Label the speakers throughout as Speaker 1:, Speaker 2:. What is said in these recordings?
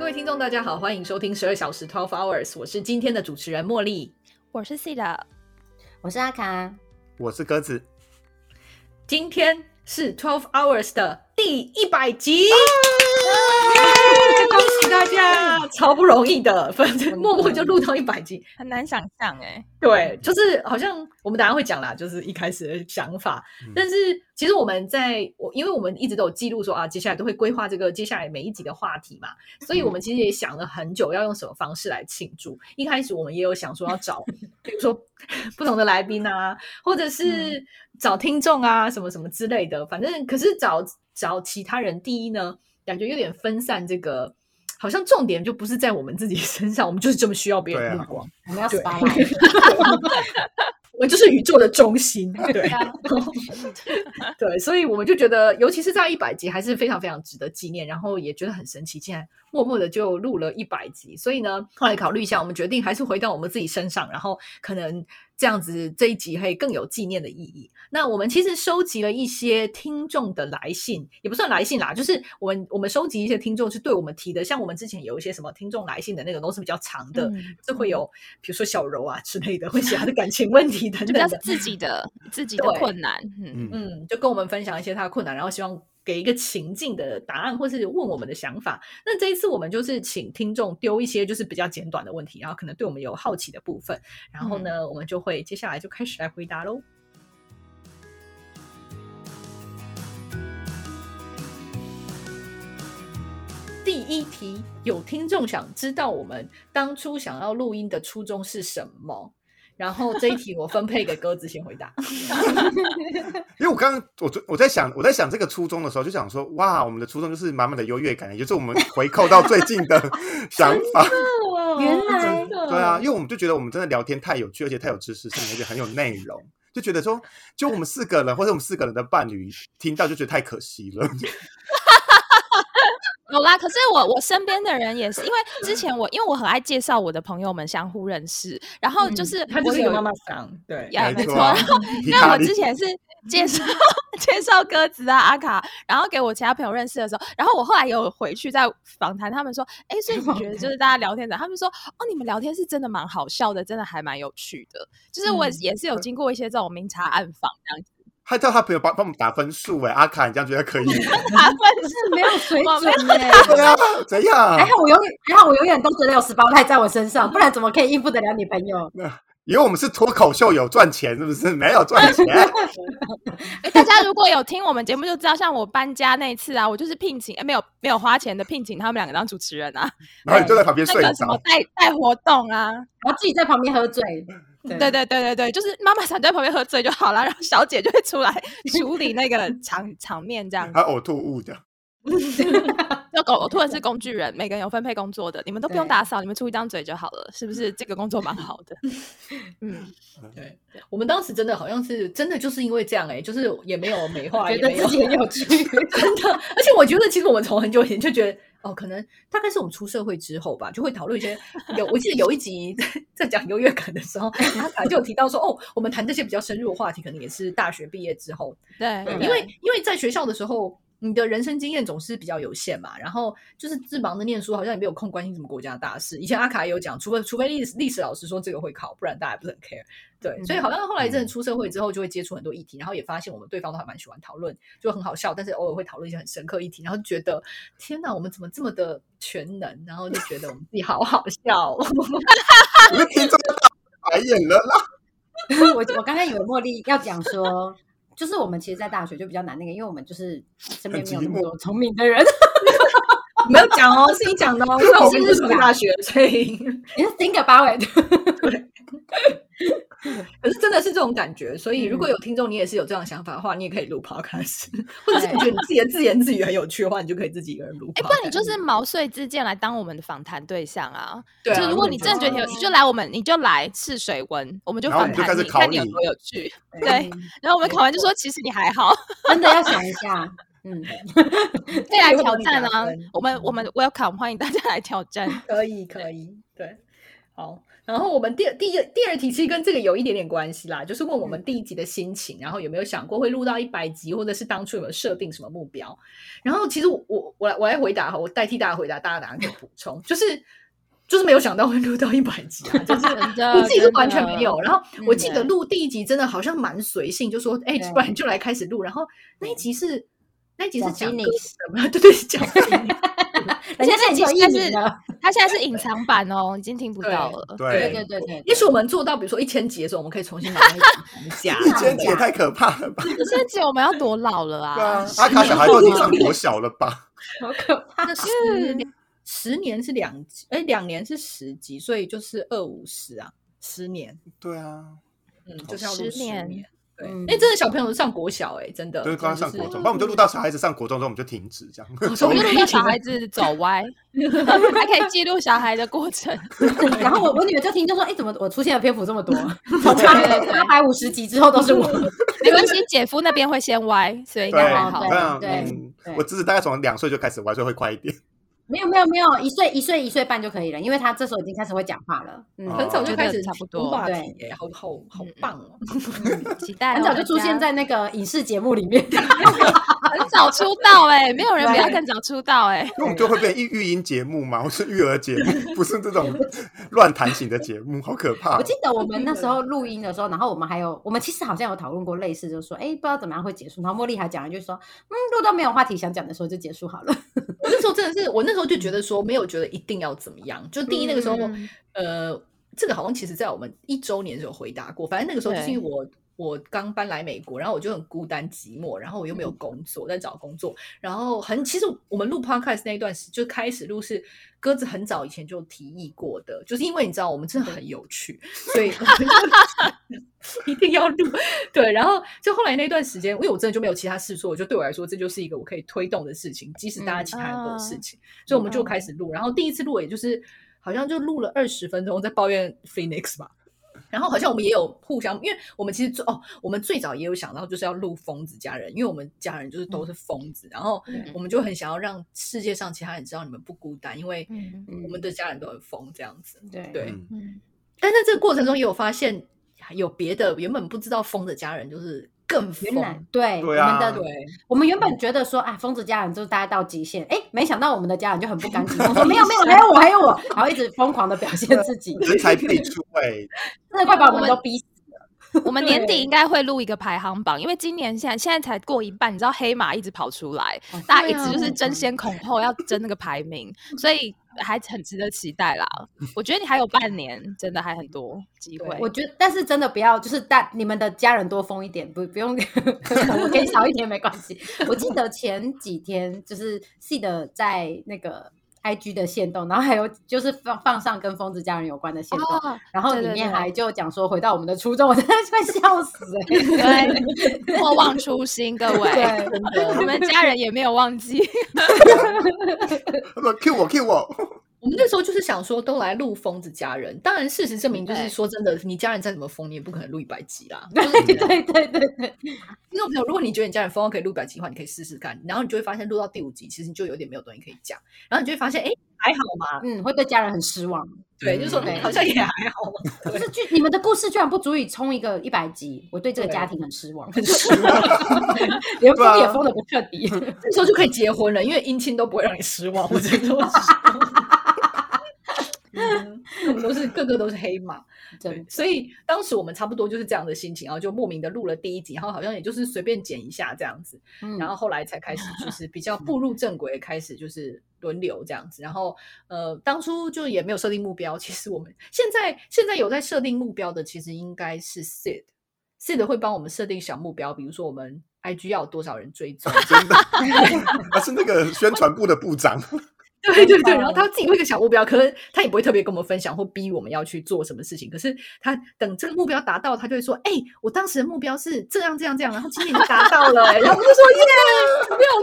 Speaker 1: 位听众，大家好，欢迎收听十二小时 Twelve Hours，我是今天的主持人茉莉。
Speaker 2: 我是 C 的，
Speaker 3: 我是阿卡，
Speaker 4: 我是鸽子，
Speaker 1: 今天是 Twelve Hours 的第一百集。恭喜大家，超不容易的，反正 默默就录到一百集，
Speaker 2: 很难想象
Speaker 1: 欸
Speaker 2: 哎、
Speaker 1: 对，就是好像我们等一下会讲啦，就是一开始的想法。
Speaker 4: 嗯
Speaker 1: 但是其实我们在我，因为我们一直都有记录说啊，接下来都会规划这个接下来每一集的话题嘛，所以
Speaker 4: 嗯
Speaker 1: 我们其实也想了很久要用什么方式来庆祝。一开始我们也有想说要 找，比如说不同的来宾啊，或者
Speaker 4: 嗯
Speaker 1: 是找听众啊，什么什么之类的。反正可是找找其他人，第一呢，感觉有点分散这个。好像重点就不是在我们自己身上，我们就是这么需要别
Speaker 4: 对
Speaker 1: 人
Speaker 4: 啊
Speaker 1: 目光。
Speaker 3: 我们要
Speaker 1: 对
Speaker 3: spotlight，
Speaker 1: 我就是宇宙的中心，对对，所以我们就觉得，尤其是在一百集，还是非常非常值得纪念，然后也觉得很神奇，竟然默默的就录了一百集。所以呢，后来考虑一下，我们决定还是回到我们自己身上，然后可能这样子这一集会更有纪念的意义。那我们其实收集了一些听众的来信，也不算来信啦，就是我们我们收集一些听众是对我们提的，像我们之前有一些什么听众来信的那种都是比较长的，
Speaker 2: 嗯
Speaker 1: 就会有比如说小柔啊之类的，会写他的感情问题等
Speaker 2: 就比较
Speaker 1: 等
Speaker 2: 是
Speaker 1: 的，
Speaker 2: 自己的自己的
Speaker 1: 啊对
Speaker 2: 困难，嗯，
Speaker 4: 嗯，
Speaker 1: 嗯，就跟我们分享一些他的困难，然后希望给一个情境的答案，或是问我们的想法。那这一次我们就是请听众丢一些就是比较简短的问题，然后可能对我们有好奇的部分，然后呢，我们就会接下来就开始来回答喽。第一题，有听众想知道我们当初想要录音的初衷是什么？然后这一题我分配给鸽子先回答。
Speaker 4: 因为我刚刚我昨我在想我在想这个初衷的时候，就想说，哇，我们的初衷就是满满的优越感，也就是我们回扣到最近 的想法，
Speaker 1: 哦
Speaker 3: 原来
Speaker 1: 真的
Speaker 4: 对啊，因为我们就觉得我们真的聊天太有趣，而且太有知识性，而且很有内容，就觉得说，就我们四个人或者我们四个人的伴侣听到就觉得太可惜了，
Speaker 2: 有啦。可是我我身边的人也是，因为之前我因为我很爱介绍我的朋友们相互认识，然后就是
Speaker 1: 嗯他就
Speaker 2: 我
Speaker 1: 是一个
Speaker 2: 有
Speaker 1: 妈妈桑，对，
Speaker 2: 呀，
Speaker 4: 没
Speaker 2: 没
Speaker 4: 错
Speaker 2: 错。
Speaker 4: 啊
Speaker 2: 然后因
Speaker 4: 因
Speaker 2: 为我之前是介绍介绍鸽子啊、阿卡，然后给我其他朋友认识的时候，然后我后来有回去在访谈他们说，哎，所以你觉得就是大家聊天的，他们说，哦，你们聊天是真的蛮好笑的，真的还蛮有趣的。就是我
Speaker 1: 嗯
Speaker 2: 也是有经过一些这种明察暗 访这样子，
Speaker 4: 还叫他朋友帮帮我们打分数哎，阿卡，你这样觉得可以？
Speaker 2: 打分
Speaker 3: 是没有水
Speaker 2: 我没有
Speaker 3: 准的。
Speaker 4: 对啊，怎样
Speaker 2: 哎
Speaker 3: 还？好我永远，还好我永远都觉得有 spotlight 在我身上，不然怎么可以应付得了你朋友？
Speaker 4: 以为我们是脱口秀有赚钱是不是？没有赚 钱，
Speaker 2: 欸大家如果有听我们节目就知道，像我搬家那一次啊，我就是聘请，欸、没有没有花钱的聘请他们两个当主持人啊，
Speaker 4: 然后你就在旁边
Speaker 2: 那
Speaker 4: 睡
Speaker 2: 个什么
Speaker 4: 着。
Speaker 2: 带带活动啊，
Speaker 3: 然后自己在旁边喝醉，对
Speaker 2: 对对对对对，就是妈妈想在旁边喝醉就好了，然后小姐就会出来处理那个场场面这样子。
Speaker 4: 还呕吐物的，
Speaker 2: 就狗狗突然是工具人，每个人有分配工作的，你们都不用
Speaker 3: 对
Speaker 2: 打扫，你们出一张嘴就好了，是不是？这个工作蛮好的。嗯，
Speaker 1: 对，我们当时真的好像是真的就是因为这样哎、就是也没有美化，
Speaker 3: 觉
Speaker 1: 也
Speaker 3: 得
Speaker 1: 没有
Speaker 3: 自己很有趣。
Speaker 1: 真的，而且我觉得其实我们从很久以前就觉得。哦，可能大概是我们出社会之后吧，就会讨论一些有。我记得有一集在讲优越感的时候，阿卡就有提到说，哦，我们谈这些比较深入的话题，可能也是大学毕业之后
Speaker 2: 对，
Speaker 1: 对
Speaker 3: 嗯
Speaker 2: 对
Speaker 1: 因为因为在学校的时候，你的人生经验总是比较有限嘛，然后就是自忙着念书，好像也没有空关心什么国家大事。以前阿卡也有讲，除非除非历史历史老师说这个会考，不然大家也不是很 care。对，所以好像后来真的出社会之后，就会接触很多议题，然后也发现我们对方都还蛮喜欢讨论，就很好笑，但是偶尔会讨论一些很深刻议题，然后就觉得天哪，我们怎么这么的全能？然后就觉得我们自己好好笑哦。
Speaker 4: 我们听众要大白眼了 啦。
Speaker 3: 我我刚刚以为茉莉要讲说，就是我们其实，在大学就比较难那个，因为我们就是身边没有那么多聪明的人。
Speaker 1: 没有讲哦，是你讲的哦，虽然 我们不是什么大学，所以。
Speaker 3: 你是 think about it，
Speaker 1: 可是真的是这种感觉，所以如果
Speaker 3: 嗯
Speaker 1: 有听众你也是有这样的想法的话，你也可以录 podcast，或 者是你觉得你自己的自言自语很有趣的话，你就可以自己一个人录 podcast。
Speaker 2: 哎，不然你就是毛遂自荐来当我们的访谈对象啊。
Speaker 1: 对啊、
Speaker 2: 就如果你真的觉得你有，
Speaker 3: 哦
Speaker 2: 你就来我们，你就来试水温，我们就
Speaker 4: 然后
Speaker 2: 访
Speaker 4: 我
Speaker 2: 谈
Speaker 4: 们
Speaker 2: 你，
Speaker 4: 就开始考
Speaker 2: 看你有
Speaker 4: 你
Speaker 2: 多 有趣。对，
Speaker 1: 嗯
Speaker 2: 然后我们考完就说，其实你还好，
Speaker 3: 真的要想一下。嗯，
Speaker 2: 可 以来挑战
Speaker 1: 打
Speaker 2: 啊
Speaker 1: 分！
Speaker 2: 我们我们 welcome，欢迎大家来挑战。
Speaker 1: 可以可以，对。好，然后我们第第一第二题其实跟这个有一点点关系啦，就是问我
Speaker 2: 嗯
Speaker 1: 们第一集的心情，然后有没有想过会录到一百集，或者是当初有没有设定什么目标？然后其实我我我来我来回答哈，我代替大家回答，大家答案可以补充，就是就是没有想到会录到一百集啊，就是
Speaker 2: 呃
Speaker 1: 我自己是完全没有。然后我记
Speaker 2: 嗯
Speaker 1: 得录第一集真的好像蛮随性，就说哎，
Speaker 3: 对
Speaker 1: 不然就来开始录。然后那一集是那一集是
Speaker 3: 讲
Speaker 1: 讲歌
Speaker 3: Guinness
Speaker 1: 什么？ 对对，讲 Guinness
Speaker 3: 人家已经有
Speaker 2: 现在
Speaker 3: 一
Speaker 2: 是
Speaker 3: 年了，
Speaker 2: 它现在是隐藏版哦，已经听不到了。
Speaker 3: 对
Speaker 1: 对
Speaker 3: 对对对，
Speaker 1: 也许我们做到比如说一千集的时候，我们可以重新来一集 讲一
Speaker 4: 一
Speaker 1: 下。
Speaker 4: 千也太可怕了吧？
Speaker 2: 可是姐，我们要多老了
Speaker 4: 对啊
Speaker 2: 啊？，
Speaker 4: 阿卡小孩都已经上国小了吧？
Speaker 3: 好 可怕。
Speaker 1: 那十年十年是两集，哎，两年是十集，所以就是二五十啊，十年，
Speaker 4: 对啊，
Speaker 1: 嗯，就是要录
Speaker 2: 十年
Speaker 1: 年。对，
Speaker 3: 嗯
Speaker 1: 哎，真的小朋友上国小，哎，真的，
Speaker 4: 就是刚刚上国
Speaker 1: 真
Speaker 4: 中，
Speaker 1: 的
Speaker 4: 不然我们就录到小孩子上国中之后，我们就停止这样。
Speaker 1: 是，
Speaker 2: 我
Speaker 1: 我
Speaker 2: 们就
Speaker 1: 们
Speaker 2: 录到啊哦小孩子走歪，还可以记录小孩的过程。
Speaker 3: 然后我我女儿就听就说：“哎、怎么我出现的篇幅这么 多？从八八百五十集之后都是我。
Speaker 2: 没关系，姐夫那边会先歪，所以应
Speaker 4: 对，
Speaker 2: 该还好。
Speaker 4: 对啊
Speaker 3: 对
Speaker 4: 嗯
Speaker 3: 对
Speaker 4: 我侄子大概从两岁就开始玩，所以会快一点。”
Speaker 3: 没有没有没有，一岁一岁一岁半就可以了，因为她这时候已经开始会讲话了。嗯，
Speaker 4: 哦
Speaker 1: 很早就开始
Speaker 2: 觉得差不多嗯
Speaker 1: 出话题，哎，好好好棒哦！
Speaker 2: 期待
Speaker 3: 很
Speaker 2: 哦
Speaker 3: 早就出
Speaker 2: 大家
Speaker 3: 现在那个影视节目里面。
Speaker 2: 很早出道哎，没有人比
Speaker 3: 对
Speaker 2: 他更早出道哎。
Speaker 4: 因为我们就会变育育婴节目嘛，我 是育儿节目，不是这种乱谈型的节目，好可怕
Speaker 3: 我记得我们那时候录音的时候，然后我们还有，我们其实好像有讨论过类似，就是说，哎，不知道怎么样会结束。然后茉莉还讲了一句说，嗯，录到没有话题想讲的时候就结束好了。
Speaker 1: 我那时候真的是，我那时候就觉得说，没有觉得一定要怎么样。就第一那个时候，
Speaker 2: 嗯
Speaker 1: 呃，这个好像其实在我们一周年的时候回答过，反正那个时候就是因为我。我刚搬来美国，然后我就很孤单寂寞，然后我又没有工作，在找工作，然后很其实我们录 podcast 那一段时就开始录是鸽子很早以前就提议过的，就是因为你知道我们真的很有趣，所以 我们就 一定要录。对，然后就后来那段时间，因为我真的就没有其他事做，我就对我来说这就是一个我可以推动的事情，即使大家其他人都有事
Speaker 2: 嗯
Speaker 1: 情，所以我们就
Speaker 2: 嗯
Speaker 1: 开始录。然后第一次录也就是好像就录了二十分钟，在抱怨 Phoenix 吧。然后好像我们也有互相，因为我们其实最哦，我们最早也有想到就是要录疯子家人，因为我们家人就是都是疯子，然后
Speaker 2: 嗯
Speaker 1: 我们就很想要让世界上其他人知道你们不孤单，因为
Speaker 2: 嗯
Speaker 1: 我们的家人都很疯这样子。
Speaker 3: 对
Speaker 1: 对
Speaker 4: 嗯，
Speaker 2: 嗯
Speaker 1: 但在这个过程中也有发现，有别的原本不知道疯的家人就是更
Speaker 3: 原来
Speaker 1: 疯，
Speaker 3: 对
Speaker 4: 对啊
Speaker 3: 我们的
Speaker 1: 对，
Speaker 3: 我们原本觉得说，啊，疯子家人就是大家到极限，哎，没想到我们的家人就很不甘心，我说没有没有，还有我还有我，然后一直疯狂的表现自 己，
Speaker 4: 人才辈出哎，
Speaker 3: 真的快把我们都逼死。
Speaker 2: 我们年底应该会录一个排行榜，因为今年现在现在才过一半，你知道黑马一直跑出来， 大家一
Speaker 3: 啊
Speaker 2: 直就是争先恐后要争那个排名，所以还很值得期待 啦。我觉得你还有半年，真的还很多机会。
Speaker 3: 我觉得，但是真的不要，就是大你们的家人多疯一点，不不用， 我可以少一点没关系。我记得前几天就是记得在那个 I G 的线动，然后还有就是放放上跟疯子家人有关的线动，
Speaker 2: 哦，
Speaker 3: 然后
Speaker 2: 对
Speaker 3: 里
Speaker 2: 对
Speaker 3: 面
Speaker 2: 对
Speaker 3: 还就讲说回到我们的初衷，我真的快笑死哎、
Speaker 2: 对，莫忘初心，各位，
Speaker 3: 对，
Speaker 2: 我们家人也没有忘记。
Speaker 4: 他说 Q 我 Q 我，
Speaker 1: 我们那时候就是想说，都来录疯子家人。当然，事实证明，就是
Speaker 2: 对
Speaker 1: 说真的，你家人再怎么疯，你也不可能录一百集啦。
Speaker 3: 对对对对，
Speaker 1: 听众朋友，如果你觉得你家人疯到可以录一百集的话，你可以试试看。然后你就会发现，录到第五集，其实你就有点没有东西可以讲。然后你就会发现，哎，还好嘛，
Speaker 3: 嗯，会对家人很失望。
Speaker 1: 对，就说
Speaker 3: 对
Speaker 1: 嗯好像也还好嘛，
Speaker 3: 可是剧你们的故事居然不足以冲一个一百集，我对这个
Speaker 1: 对
Speaker 3: 家庭很失望，
Speaker 1: 很失望。
Speaker 3: 连
Speaker 4: 对啊
Speaker 3: 疯也疯的不彻底。
Speaker 1: 这时候就可以结婚了，因为姻亲都不会让你失望。我真的说，嗯我们都是个个都是黑马。
Speaker 3: 真
Speaker 1: 对，所以当时我们差不多就是这样的心情，然后就莫名的录了第一集，然后好像也就是随便剪一下这样子，
Speaker 3: 嗯
Speaker 1: 然后后来才开始就是比较步入正轨，开始就是轮流这样子。然后呃，当初就也没有设定目标，其实我们现在现在有在设定目标的，其实应该是 Sid。Sid 会帮我们设定小目标，比如说我们 IG 要有多少人追踪，
Speaker 4: 真的， 他是那个宣传部的部长，
Speaker 1: 对对对，然后他自己会有一个小目标，可是他也不会特别跟我们分享或逼我们要去做什么事情。可是他等这个目标达到，他就会说：“哎、我当时的目标是这样这样这样，然后今年就达到了、欸。”然后我们就说：“耶，你好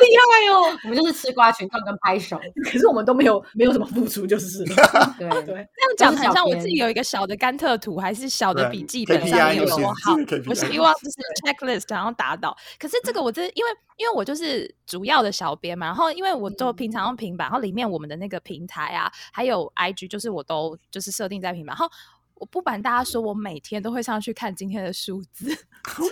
Speaker 1: 厉害哦
Speaker 3: 我们就是吃瓜群众跟拍手，！”
Speaker 1: 可是我们都没有没有什么付出，就是了
Speaker 3: 对，
Speaker 1: 对，
Speaker 2: 这样讲
Speaker 3: 都是
Speaker 2: 很
Speaker 3: 小
Speaker 2: 像我
Speaker 3: 编
Speaker 2: 自己有一个小的甘特图，还是小的
Speaker 4: 对
Speaker 2: 笔记本上
Speaker 4: KPI
Speaker 2: 面有
Speaker 4: 有
Speaker 2: 多
Speaker 4: 些
Speaker 2: 好。我希
Speaker 4: KPI，
Speaker 2: 望就是 checklist 然后达到。可是这个我真的因为因为我就是主要的小编嘛，然后因为我就平常用平板，然后里面我们的那个平台啊，还有 IG，就是我都就是设定在平板。然后我不瞒大家说，我每天都会上去看今天的数字。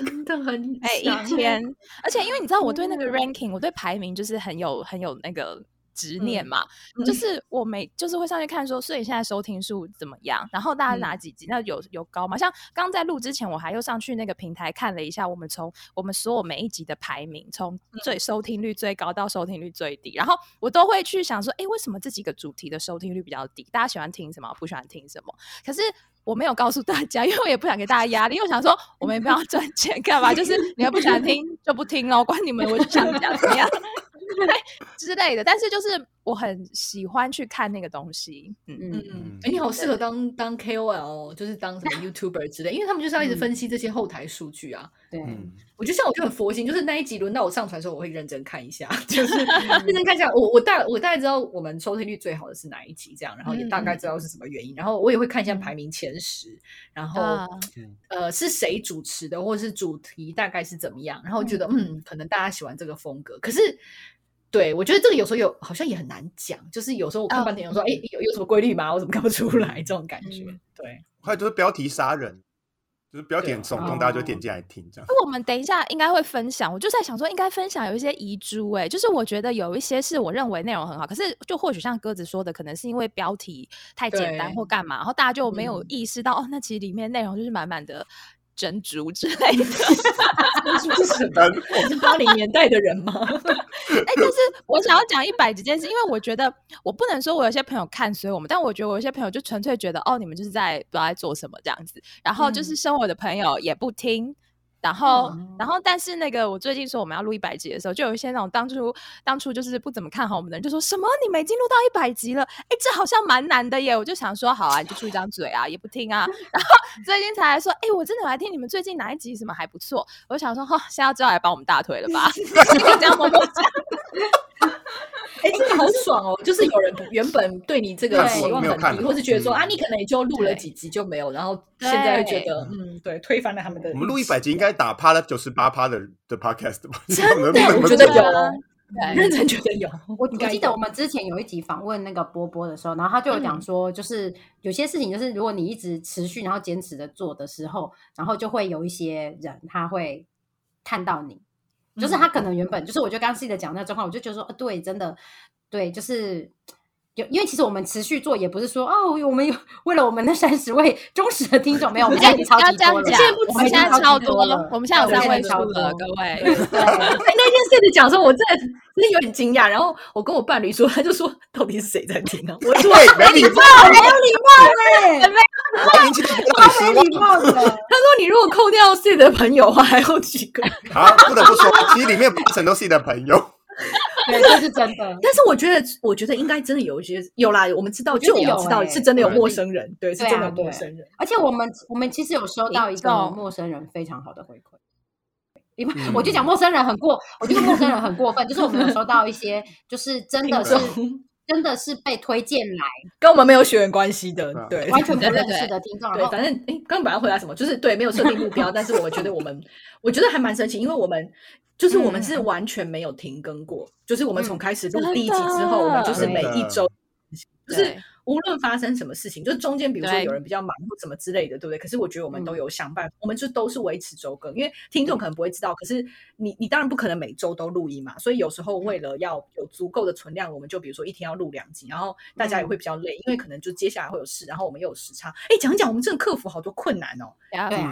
Speaker 1: 真的很
Speaker 2: 每一天，欸而且因为你知道我对那个 ranking，我对排名就是很有很有那个执念嘛，
Speaker 1: 嗯嗯
Speaker 2: 就是我每就是会上去看说，所以现在收听数怎么样，然后大家哪几集，那有有高吗？像刚在录之前，我还又上去那个平台看了一下，我们从我们所有每一集的排名，从最收听率最高到收听率最低，然后我都会去想说，哎，为什么这几个主题的收听率比较低？大家喜欢听什么，不喜欢听什么？可是我没有告诉大家，因 为我也不想给大家压力，因为我想说我们也不要赚钱干嘛，就是你们不想听就不听哦，管你们，我就想讲怎么样 对之类的。但是就是我很喜欢去看那个东西，嗯，
Speaker 3: 嗯，
Speaker 1: 嗯，哎，你好适合当当 KOL，哦就是当什么 YouTuber 之类，因为他们就是要一直分析这些后台数据啊。
Speaker 3: 对，
Speaker 4: 嗯，
Speaker 1: 我就像我就很佛心，就是那一集轮到我上传的时候，我会认真看一下，就是认真看一下。我我大我大概知道我们收听率最好的是哪一集，这样，然后也大概知道是什么原因，然后我也会看一下排名前十，然后、
Speaker 2: 啊
Speaker 1: 呃是谁主持的，或者是主题大概是怎么样，然后觉得嗯可能大家喜欢这个风格，可是。对，我觉得这个有时候有好像也很难讲，就是有时候我看半天，我说哎、诶有有什么规律吗？我怎么看不出来这种感觉？
Speaker 3: 嗯
Speaker 1: 对，
Speaker 4: 还有就是标题杀人，就是标题很耸动，
Speaker 3: 哦
Speaker 4: 大家就点进来听这样。
Speaker 2: 那我们等一下应该会分享，我就在想说，应该分享有一些遗珠、欸，哎，就是我觉得有一些是我认为内容很好，可是就或许像鸽子说的，可能是因为标题太简单
Speaker 1: 对
Speaker 2: 或干嘛，然后大家就没有
Speaker 1: 嗯
Speaker 2: 意识到、哦，那其实里面内容就是满满的珍珠之类的。
Speaker 1: 这 是什么？我是八零年代的人吗？
Speaker 2: 哎、但是我想要讲一百几件事，因为我觉得我不能说我有些朋友看衰我们，但我觉得我有些朋友就纯粹觉得哦，你们就是在不知道在做什么这样子，然后就是
Speaker 1: 嗯
Speaker 2: 生我的朋友也不听。然后，
Speaker 1: 哦
Speaker 2: 然后，但是那个，我最近说我们要录一百集的时候，就有一些那种当初当初就是不怎么看好我们的人，就说什么你们已经录到一百集了，哎，这好像蛮难的耶。我就想说，好啊，你就出一张嘴啊，也不听啊。然后最近才来说，哎，我真的来听你们最近哪一集什么还不错。我就想说，哈、哦，现在要知道来帮我们大腿了 吧？ 你这样摸摸讲。
Speaker 1: 哎、这个好爽哦！就是有人原本对你这个
Speaker 3: 对
Speaker 1: 期望
Speaker 4: 没有看
Speaker 1: 很低，
Speaker 4: 的
Speaker 1: 或是觉得说、
Speaker 4: 嗯
Speaker 1: 啊，你可能也就录了
Speaker 2: 对
Speaker 1: 几集就没有，然后现在会觉得嗯，对，推翻了他们的。
Speaker 4: 我们录一百集应该打趴了九十八趴的的 podcast 吧？
Speaker 1: 真
Speaker 4: 我
Speaker 1: 的，
Speaker 4: 们不能
Speaker 1: 我觉得
Speaker 4: 不
Speaker 1: 有
Speaker 4: 能
Speaker 1: 哦，
Speaker 2: 对
Speaker 1: 认真觉得有。
Speaker 3: 我
Speaker 1: 应
Speaker 3: 我
Speaker 1: 该
Speaker 3: 记得嗯
Speaker 1: 有
Speaker 3: 我们之前有一集访问那个波波的时候，然后他就有讲说，就是有些事情，就是如果你一直持续然后坚持的做的时候，然后就会有一些人他会看到你，就是他可能原本就是我就刚刚记得讲那个状况，我就觉得说，呃对，真的对，就是。有，因为其实我们持续做，也不是说哦，我们有为了我们那三十位忠实的听众，没有，我们现在已经超
Speaker 2: 不要
Speaker 3: 级
Speaker 2: 这样
Speaker 3: 多了，
Speaker 2: 讲，我们现在超多了，我们现在有
Speaker 1: 对
Speaker 2: 三位
Speaker 1: 现在
Speaker 2: 数
Speaker 3: 超
Speaker 2: 了，各
Speaker 3: 多
Speaker 2: 位。
Speaker 1: 哎， 那件事的讲说，我真的真的有点惊讶。然后我跟我伴侣说，他就说到底是谁在听啊？我说
Speaker 4: 对，没礼貌，
Speaker 1: 哦
Speaker 3: 对，
Speaker 4: 我引起了不少
Speaker 3: 超
Speaker 4: 失
Speaker 3: 没
Speaker 4: 望
Speaker 3: 礼。貌的，
Speaker 1: 他说你如果扣掉 C 的朋友的话，还有几个？
Speaker 4: 好，不得不说，其实里面八成都是你的朋友。
Speaker 3: 对，这是真的。
Speaker 1: 但是我觉得，我觉得应该真的有一些有啦，我们知道，
Speaker 3: 觉得
Speaker 1: 就我们
Speaker 3: 有
Speaker 1: 知道
Speaker 3: 哎
Speaker 1: 是真的有
Speaker 4: 对
Speaker 1: 陌生人，对，是
Speaker 3: 对啊
Speaker 1: 真的有陌
Speaker 3: 对
Speaker 1: 生人。
Speaker 3: 而且我们我们其实有收到一
Speaker 2: 民
Speaker 3: 个
Speaker 2: 众
Speaker 3: 陌生人非常好的回馈。因
Speaker 4: 嗯
Speaker 3: 为我就讲陌生人很过，我就说陌生人很过分，就是我们有收到一些，就是真的是
Speaker 1: 听众
Speaker 3: 真的是被推荐来，
Speaker 1: 跟我们没有血缘关系的，
Speaker 4: 对
Speaker 1: 对，
Speaker 3: 完全不
Speaker 2: 对对
Speaker 3: 认
Speaker 2: 对
Speaker 3: 识的听众，然
Speaker 1: 对，
Speaker 3: 后
Speaker 1: 反正诶，刚刚本来回答什么，就是对，没有设定目标，但是我觉得我们，我觉得还蛮神奇，因为我们就是我们是完全没有停更过，就是我们从开始录
Speaker 2: 真
Speaker 1: 第一集之后，
Speaker 2: 的
Speaker 1: 我们就是每一周，就是
Speaker 2: 对
Speaker 1: 无论发生什么事情，就是中间比如说
Speaker 2: 对
Speaker 1: 有人比较忙或什么之类的，对不对？可是我觉得我们
Speaker 3: 嗯
Speaker 1: 都有想办法，我们就都是维持周更，因为听众可能不会知道，可是你你当然不可能每周都录音嘛，所以有时候
Speaker 3: 嗯
Speaker 1: 为了要有足够的存量，我们就比如说一天要录两集，然后大家也
Speaker 3: 嗯
Speaker 1: 会比较累，因为可能就接下来会有事，然后我们又有时差。哎，讲一讲我们真的克服好多困难哦。
Speaker 2: 然后
Speaker 3: 对啊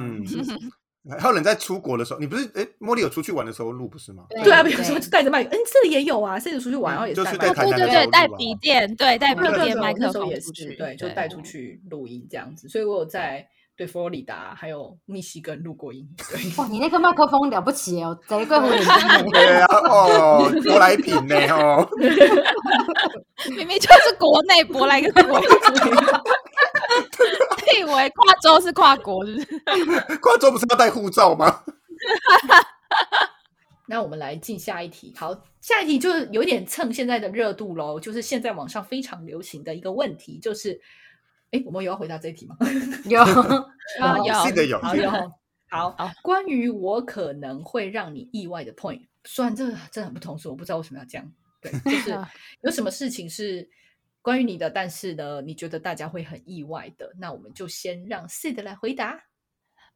Speaker 4: 嗯，还有人在出国的时候，你不是哎，茉莉有出去玩的时候录不是吗？
Speaker 1: 对啊，比
Speaker 3: 对
Speaker 1: 如说就带着麦，嗯，这里也有啊，甚至出去玩，
Speaker 3: 嗯
Speaker 1: 然后也
Speaker 4: 就是
Speaker 1: 带麦
Speaker 4: 带
Speaker 2: 哦
Speaker 1: 克
Speaker 4: 台
Speaker 2: 对对
Speaker 4: 南的小
Speaker 2: 对，
Speaker 4: 路
Speaker 2: 带
Speaker 4: 嘛
Speaker 2: 笔电，对，带笔
Speaker 1: 对对
Speaker 2: 电
Speaker 1: 对
Speaker 2: 麦
Speaker 1: 我那
Speaker 2: 克
Speaker 1: 时候
Speaker 2: 风
Speaker 1: 也
Speaker 2: 出
Speaker 1: 是
Speaker 2: 去，
Speaker 1: 对，就带出去录音这样子。所以我有在对佛罗里达还有密西根录过音。对，
Speaker 3: 哇，你那个麦克风了不起哦，贼贵乎你，
Speaker 4: 对啊，哦，舶来品呢，哦，
Speaker 2: 明明就是国内舶来个国， 你以为跨州是跨国是不是？
Speaker 4: 跨州不是要带护照吗？
Speaker 1: 那我们来进下一题。好，下一题就是有点蹭现在的热度喽，就是现在网上非常流行的一个问题，就是，哎，我们有要回答这一题吗？
Speaker 3: 有
Speaker 2: 啊
Speaker 1: 哦
Speaker 2: 有
Speaker 4: 记得有，
Speaker 1: 好
Speaker 4: 记得
Speaker 1: 有
Speaker 4: 有
Speaker 1: 好
Speaker 2: 好
Speaker 1: 关于我可能会让你意外的 point，虽然这个真的很不通顺，我不知道为什么要这样对，就是有什么事情是关于你的，但是呢，你觉得大家会很意外的，那我们就先让 Sid 来回答。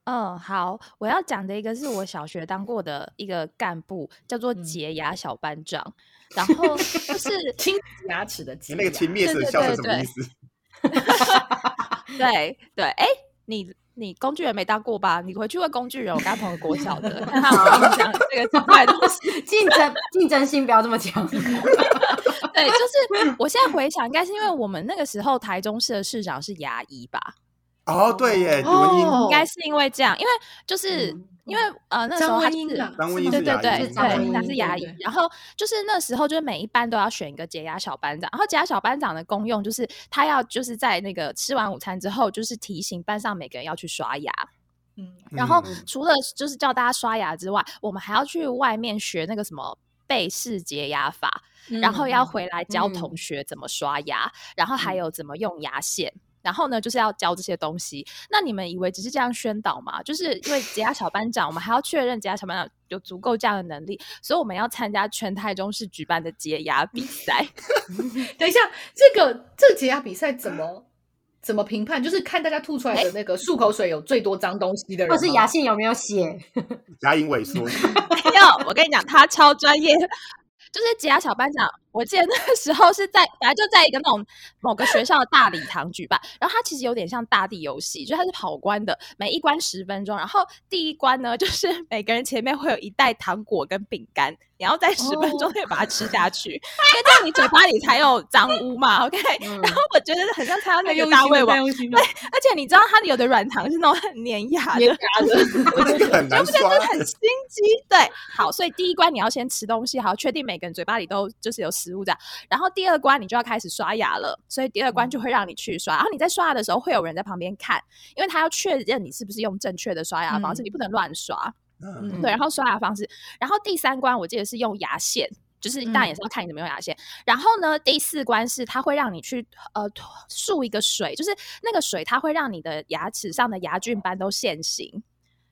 Speaker 2: 嗯，好，我要讲的一个是我小学当过的一个干部，叫做洁牙小班长，然后就是
Speaker 1: 清牙齿的洁
Speaker 4: 那个
Speaker 1: 牙
Speaker 4: 轻蔑式的笑是什
Speaker 2: 对对对
Speaker 4: 么意思？
Speaker 2: 对对，哎、你你工具人没当过吧？你回去问工具人，我跟他同个国小的，看他好像讲这个之外的东西。
Speaker 3: 竞争竞争性不要这么强。
Speaker 2: 对，就是我现在回想，应该是因为我们那个时候台中市的市长是牙医吧，
Speaker 4: 哦，对耶，文英
Speaker 1: 哦
Speaker 2: 应该是因为这样，因为就是、
Speaker 3: 嗯
Speaker 2: 因为呃那时
Speaker 1: 张
Speaker 2: 候他
Speaker 1: 文
Speaker 2: 是
Speaker 1: 英啊，
Speaker 4: 张文英
Speaker 2: 对
Speaker 4: 是
Speaker 2: 对
Speaker 4: 牙医
Speaker 2: 对
Speaker 3: 是
Speaker 2: 对，
Speaker 3: 张文英
Speaker 2: 他是牙
Speaker 1: 对
Speaker 2: 医
Speaker 1: 对。
Speaker 2: 然后就是那时候，就是每一班都要选一个解压小班长。然后解压小班长的功用就是他要就是在那个吃完午餐之后，就是提醒班上每个人要去刷牙。
Speaker 1: 嗯，
Speaker 2: 然后
Speaker 4: 嗯
Speaker 2: 除了就是叫大家刷牙之外，我们还要去外面学那个什么。背式洁牙法，然后要回来教
Speaker 3: 嗯
Speaker 2: 同学怎么刷牙，然后还
Speaker 1: 嗯
Speaker 2: 有怎么用牙线，然后呢就是要教这些东西。那你们以为只是这样宣导吗？就是因为洁牙小班长，我们还要确认洁牙小班长有足够这样的能力，所以我们要参加全台中市举办的洁牙比赛。
Speaker 1: 等一下，这个这个解压比赛怎么怎么评判？就是看大家吐出
Speaker 2: 哎
Speaker 1: 来的那个漱口水有最多脏东西的人
Speaker 2: 哦
Speaker 3: 或
Speaker 1: 吗，
Speaker 3: 是牙线有没有写？
Speaker 4: 牙龈萎缩，
Speaker 2: 没有，我跟你讲，他超专业。就是解压小班长，我记得那个时候是在，反正就在一个那种某个学校的大礼堂举办。然后它其实有点像大地游戏，就它是跑关的，每一关十分钟。然后第一关呢，就是每个人前面会有一袋糖果跟饼干，你要在十分钟内把它吃下
Speaker 1: 哦
Speaker 2: 去，因为这样你嘴巴里才有脏污嘛。OK，、
Speaker 3: 嗯
Speaker 2: 然后我觉得很像参
Speaker 1: 太
Speaker 2: 加那
Speaker 1: 用
Speaker 2: 个
Speaker 1: 心
Speaker 2: 大
Speaker 1: 了
Speaker 2: 胃
Speaker 1: 太
Speaker 2: 王，
Speaker 1: 用心了，
Speaker 2: 而且你知道它有的软糖是那种很粘牙的
Speaker 1: 粘，牙的，
Speaker 4: 这个很难
Speaker 2: 不觉得
Speaker 4: 刷
Speaker 2: 真的。很心机？对，好，所以第一关你要先吃东西，好，确定每个人嘴巴里都就是有食物这样。然后第二关你就要开始刷牙了，所以第二关就会让你去刷。然后你在刷牙的时候，会有人在旁边看，因为他要确认你是不是用正确的刷牙方式，
Speaker 1: 嗯
Speaker 2: 你不能乱刷。
Speaker 4: 嗯
Speaker 2: 对，然后刷牙方式，然后第三关我记得是用牙线。就是当然也是要看你怎么用牙线，然后呢，第四关是它会让你去呃漱一个水，就是那个水它会让你的牙齿上的牙菌斑都现形，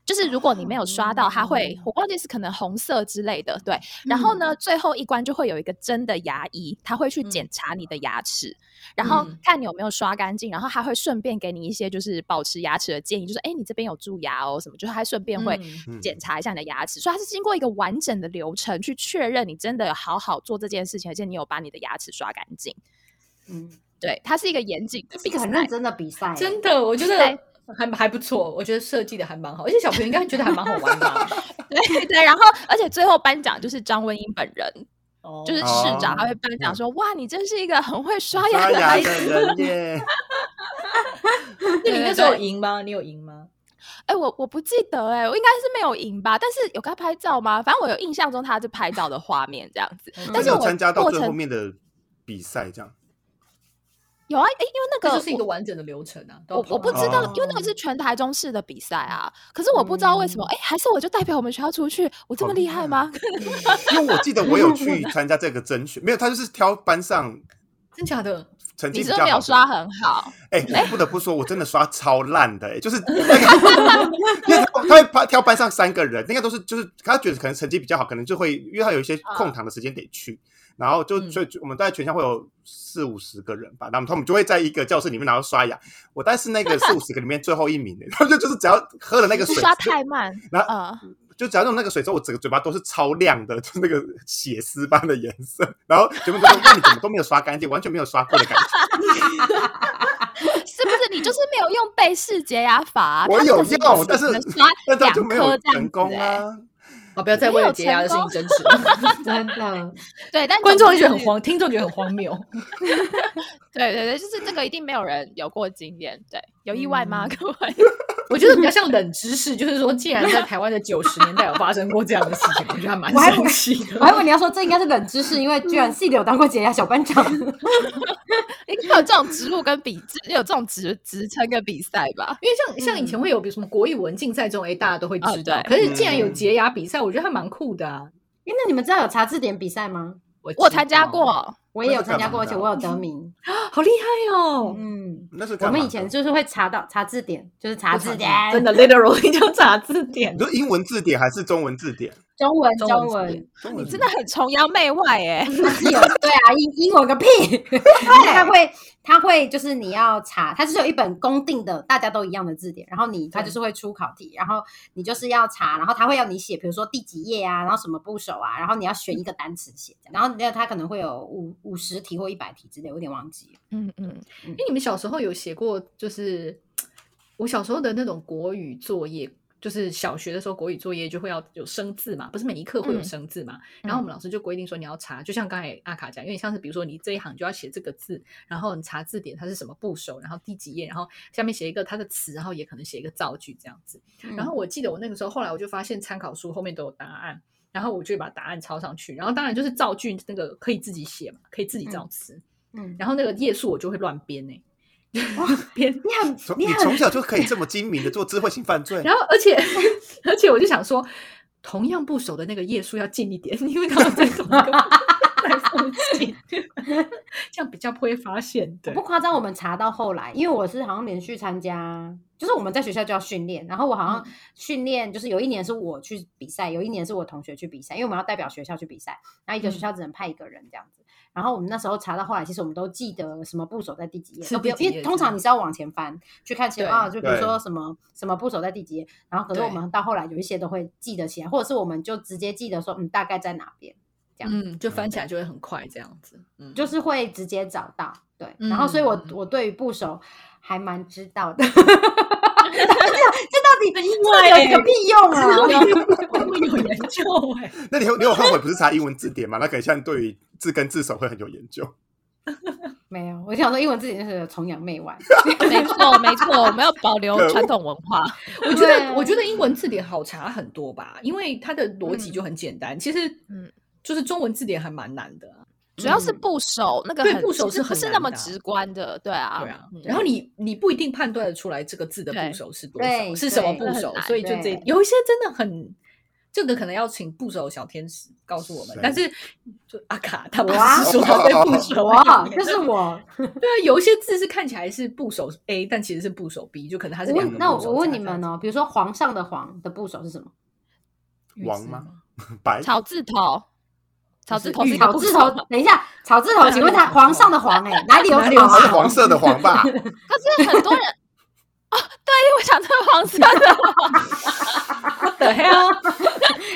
Speaker 2: 就是如果你没有刷到，它会我忘记是可能红色之类的，对。然后呢，最后一关就会有一个真的牙医，他会去检查你的牙齿，然后
Speaker 1: 嗯
Speaker 2: 看你有没有刷干净，然后他会顺便给你一些就是保持牙齿的建议，就是哎你这边有蛀牙哦什么，就是他顺便会
Speaker 1: 嗯
Speaker 4: 嗯
Speaker 2: 检查一下你的牙齿，所以它是经过一个完整的流程去确认你真的有好好做这件事情，而且你有把你的牙齿刷干净。
Speaker 3: 嗯，
Speaker 2: 对，它是一个严谨的
Speaker 3: 是
Speaker 2: 比
Speaker 3: 一个
Speaker 2: 赛
Speaker 3: 很。认真的比赛，
Speaker 1: 真的，我觉
Speaker 2: 对
Speaker 1: 得。还还不错，我觉得设计的还蛮好，而且小朋友应该觉得还蛮好玩啊吧。
Speaker 2: 对对，然后而且最后颁奖就是张文英本人，
Speaker 1: 哦
Speaker 2: 就是市长，他会颁奖说：“哇，你真是一个很会刷牙
Speaker 4: 刷
Speaker 2: 的
Speaker 4: 牙
Speaker 2: 孩子。
Speaker 4: 的人耶，
Speaker 1: 那你那时候有赢吗？你有赢吗？”
Speaker 2: 哎，我我不记得哎、我应该是没有赢吧，但是有跟他拍照吗？反正我有印象中他是拍照的画面这样子。 但是
Speaker 4: 有
Speaker 2: 我
Speaker 4: 参加到
Speaker 2: 过
Speaker 4: 最
Speaker 2: 程
Speaker 4: 后面的比赛这样。
Speaker 2: 有啊，哎，因为那
Speaker 1: 这
Speaker 2: 个
Speaker 1: 就是一个完整的流程啊。都要
Speaker 2: 我
Speaker 1: 跑
Speaker 2: 我不知道，因为那
Speaker 4: 哦嗯
Speaker 2: 个是全台中市的比赛啊。可是我不知道为什么，哎、还是我就代表我们学校出去，我这
Speaker 4: 好
Speaker 2: 么
Speaker 4: 厉
Speaker 2: 厉
Speaker 4: 害啊
Speaker 2: 害吗？
Speaker 4: 因为我记得我有去参加这个甄选，没有，他就是挑班上
Speaker 1: 真假的，
Speaker 4: 成绩
Speaker 2: 你
Speaker 4: 比
Speaker 2: 是
Speaker 4: 较
Speaker 2: 不是没
Speaker 4: 好
Speaker 2: 有
Speaker 4: 的
Speaker 2: 刷很好？
Speaker 4: 哎、我不得不说，我真的刷超烂的、哎，就是那个，因为他会挑挑班上三个人，那个都是就是他觉得可能成绩比较好，可能就会因为他有一些
Speaker 2: 啊
Speaker 4: 空堂的时间得去，然后就
Speaker 1: 嗯
Speaker 4: 所以我们大概全校会有四五十个人吧，然后他们就会在一个教室里面然后刷牙，我大概是那个四五十个里面最后一名的、然后就就是只要喝了那个
Speaker 2: 是
Speaker 4: 水，
Speaker 2: 刷太慢
Speaker 4: 然后
Speaker 2: 啊、
Speaker 4: 就只要用那个水之后，我整个嘴巴都是超亮的，就是那个血丝般的颜色，然后全部都说那你怎么都没有刷干净，完全没有刷过的感觉。
Speaker 2: 是不是？你就是没有用背式洁牙法啊、
Speaker 4: 我
Speaker 2: 它
Speaker 4: 有
Speaker 2: 可只
Speaker 4: 用但
Speaker 2: 只
Speaker 4: 是
Speaker 2: 能刷
Speaker 4: 但他
Speaker 2: 两
Speaker 4: 就没有
Speaker 2: 颗这样
Speaker 4: 成
Speaker 2: 子、
Speaker 4: 功
Speaker 2: 哎
Speaker 4: 啊！
Speaker 1: 好，哦不要再为了洁牙的事情争执了。
Speaker 3: 真的，
Speaker 2: 对，但
Speaker 1: 观
Speaker 2: 总
Speaker 1: 众
Speaker 2: 之
Speaker 1: 觉得
Speaker 2: 就
Speaker 1: 很
Speaker 2: 是。
Speaker 1: 荒，听众觉得很荒谬。
Speaker 2: 对对对，就是这个一定没有人有过经验。对，有意外吗？
Speaker 1: 嗯
Speaker 2: 各位，
Speaker 1: 我觉得比较像冷知识，就是说，既然在台湾的九十年代有发生过这样的事情，我觉得还蛮
Speaker 3: 我还
Speaker 1: 神奇的
Speaker 3: 我。还以为你要说这应该是冷知识，因为居然 C 有当过解压小班 长，
Speaker 2: 应该有这种职务跟比，有这种职职称跟比赛吧？
Speaker 1: 因为像像以前会有比如什么国语文竞赛这种，哎，大家都会知道。
Speaker 2: 哦对
Speaker 1: 可是既然有洁牙比赛，我觉得还蛮酷的啊。
Speaker 3: 哎，那你们知道有查字典比赛吗？
Speaker 1: 我
Speaker 2: 我
Speaker 1: 知
Speaker 4: 哦
Speaker 2: 参加
Speaker 1: 道，
Speaker 2: 过，
Speaker 3: 我也有参加过，而且我有得名。
Speaker 1: 好厉害哦！
Speaker 3: 嗯，
Speaker 4: 那是
Speaker 3: 我
Speaker 4: 干
Speaker 3: 们
Speaker 4: 嘛
Speaker 3: 以前
Speaker 4: 的
Speaker 3: 就是会查到查字典，就是查字典，
Speaker 1: 真的 literally 就查字典
Speaker 4: 你。说英文字典还是中文字典？
Speaker 3: 中文
Speaker 1: 中文
Speaker 3: 中
Speaker 1: 字
Speaker 3: 文
Speaker 1: 典，
Speaker 4: 中文
Speaker 2: 你真的很崇洋媚外哎、
Speaker 3: 但是有对啊，英英文个屁！他会他会就是你要查，它就是有一本公定的大家都一样的字典，然后你它
Speaker 1: 对
Speaker 3: 就是会出考题，然后你就是要查，然后他会要你写，比如说第几页啊，然后什么部首啊，然后你要选一个单词写，然后那它可能会有五五十题或一百题之类，我有点忘记了。
Speaker 2: 嗯 嗯，
Speaker 1: 哎，你们小时候有写过，就是我小时候的那种国语作业，就是小学的时候国语作业就会要有生字嘛，不是每一课会有
Speaker 2: 嗯
Speaker 1: 生字嘛。然后我们老师就规定说你要查，就像刚才阿卡讲，因为像是比如说你这一行就要写这个字，然后你查字典它是什么部首，然后第几页，然后下面写一个它的词，然后也可能写一个造句这样子。
Speaker 2: 嗯
Speaker 1: 然
Speaker 3: 嗯
Speaker 1: 后我记得我那个时候，后来我就发现参考书后面都有答案，然后我就把答案抄上去，然后当然就是造句那个可以自己写嘛，可以自己造词，
Speaker 3: 嗯，
Speaker 1: 然后那个页数我就会乱编欸呢、编
Speaker 3: 你很
Speaker 4: 从
Speaker 3: 你
Speaker 4: 你
Speaker 3: 很
Speaker 4: 从小就可以这么精明的做智慧型犯罪，
Speaker 1: 然后而且而且我就想说，同样部首的那个页数要近一点，因为他们在同一个在附近，这样比较不会发现。
Speaker 3: 我
Speaker 1: 对
Speaker 3: 不，夸张，我们查到后来，因为我是好像连续参加，就是我们在学校就要训练，然后我好
Speaker 1: 嗯
Speaker 3: 像训练就是有一年是我去比赛，有一年是我同学去比赛，因为我们要代表学校去比赛，然
Speaker 1: 嗯
Speaker 3: 后一个学校只能派一个人这样子。然后我们那时候查到后来，其实我们都记得什么部首在第几页，
Speaker 1: 是
Speaker 3: 都不用，
Speaker 1: 第几
Speaker 3: 因
Speaker 1: 页
Speaker 3: 为通常你是要往前翻去看前
Speaker 1: 对
Speaker 3: 啊，就比如
Speaker 4: 对
Speaker 3: 说什么什么部首在第几页，然后可是
Speaker 1: 对
Speaker 3: 我们到后来有一些都会记得起来，或者是我们就直接记得说嗯大概在哪边。
Speaker 1: 嗯，就翻起来就会很快这样子。嗯，
Speaker 3: 就是会直接找到。对，
Speaker 1: 嗯
Speaker 3: 然后所以我
Speaker 1: 嗯
Speaker 3: 我对于部首还蛮知 道的。这这到底这到底有个屁用啊！
Speaker 1: 我们有研究哎、
Speaker 4: 那你有你有后悔不是查英文字典吗？那可能现在对于字根字首会很有研究。
Speaker 3: 没有，我想说英文字典就是崇洋媚外。
Speaker 2: 没错没错，我们要保留传统文化。
Speaker 1: 欸我觉
Speaker 3: 对
Speaker 1: 得，我觉得英文字典好查很多吧，因为它的逻辑就很简单。其实，嗯
Speaker 2: 嗯，
Speaker 1: 就是中文字典还蛮难的啊、
Speaker 2: 主要是
Speaker 1: 嗯
Speaker 2: 部首那个
Speaker 1: 对
Speaker 2: 很
Speaker 1: 部首
Speaker 2: 其实
Speaker 1: 是
Speaker 2: 不
Speaker 1: 很
Speaker 2: 是那
Speaker 1: 难
Speaker 2: 么
Speaker 1: 的啊
Speaker 2: 直观的，对啊，
Speaker 1: 对啊
Speaker 2: 嗯。
Speaker 1: 然后你你不一定判断得出来这个字的
Speaker 2: 对
Speaker 1: 部首是多少，
Speaker 3: 对
Speaker 1: 是什么
Speaker 3: 对
Speaker 1: 部
Speaker 2: 这很
Speaker 1: 首，
Speaker 2: 难
Speaker 1: 所以就这
Speaker 3: 对
Speaker 1: 有一些真的很，这个可能要请部首小天使告诉我们。但是就阿卡他不
Speaker 3: 我 啊
Speaker 1: 是说他对部首
Speaker 3: 我
Speaker 1: 啊，
Speaker 3: 就是 我，
Speaker 1: 对啊，有一些字是看起来是部首 A，但其实是部首 B，就可能它是
Speaker 3: 我
Speaker 1: 两
Speaker 3: 问
Speaker 1: 个
Speaker 3: 那
Speaker 1: 部
Speaker 3: 我
Speaker 1: 首
Speaker 3: 我问
Speaker 1: 加
Speaker 3: 你
Speaker 1: 在
Speaker 3: 们
Speaker 1: 一
Speaker 3: 哦，比如说皇上的皇的部首是什么？
Speaker 1: 起？玉
Speaker 4: 王
Speaker 1: 字
Speaker 4: 吗？白
Speaker 2: 草字头，草字
Speaker 1: 是
Speaker 2: 头
Speaker 1: 玉
Speaker 2: 是一个
Speaker 3: 草
Speaker 2: 部
Speaker 3: 字
Speaker 2: 首
Speaker 3: 头
Speaker 2: 吗，
Speaker 3: 等一下，草字头，请问他皇上的皇哎，哪里有
Speaker 1: 哪里有
Speaker 3: 草
Speaker 4: 它是
Speaker 3: 啊？
Speaker 4: 黄色的黄吧？
Speaker 2: 可是很多人 哦，对，因为我想这个 黄色的，
Speaker 1: 对啊，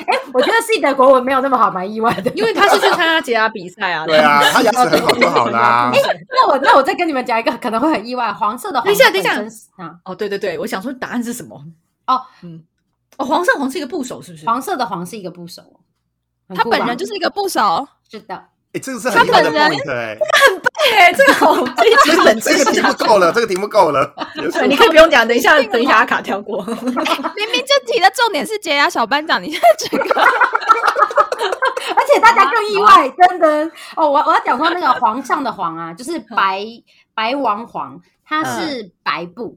Speaker 3: 哎， 我觉得自己的国文没有那么好，蛮意外的。
Speaker 1: 因为他是去参加捷达比赛啊。
Speaker 4: 对啊，他牙齿很好就好 啦。
Speaker 3: 哎那我那我再跟你们讲一个可能会很意外，黄色的黄
Speaker 1: 等一下等一下
Speaker 3: 本身是啊，
Speaker 1: 哦，对对对，我想说答案是什么？
Speaker 3: 哦，
Speaker 1: 嗯，哦，黄上黄是一个部首，是不是？
Speaker 3: 黄色的黄是一个部首哦，很
Speaker 2: 他
Speaker 3: 酷
Speaker 2: 本
Speaker 3: 吧
Speaker 2: 人就是一个部首，
Speaker 3: 是的，
Speaker 4: 哎，这个是很厉害的
Speaker 2: 他本
Speaker 4: point 哎，
Speaker 1: 哎，这个好， 这一集冷知
Speaker 4: 这个
Speaker 1: 识
Speaker 4: 题
Speaker 1: 大
Speaker 4: 目够了，这个题目够了。结束
Speaker 1: 对， 你可以不用讲，等一下，等一下阿卡跳过。
Speaker 2: 明明这题的重点是解压小班长，你现在这个
Speaker 3: 而且大家更意
Speaker 1: 啊
Speaker 3: 外，真的哦，我我要讲说那个皇上的皇 啊，就是白白王皇，它是白
Speaker 1: 嗯
Speaker 3: 布，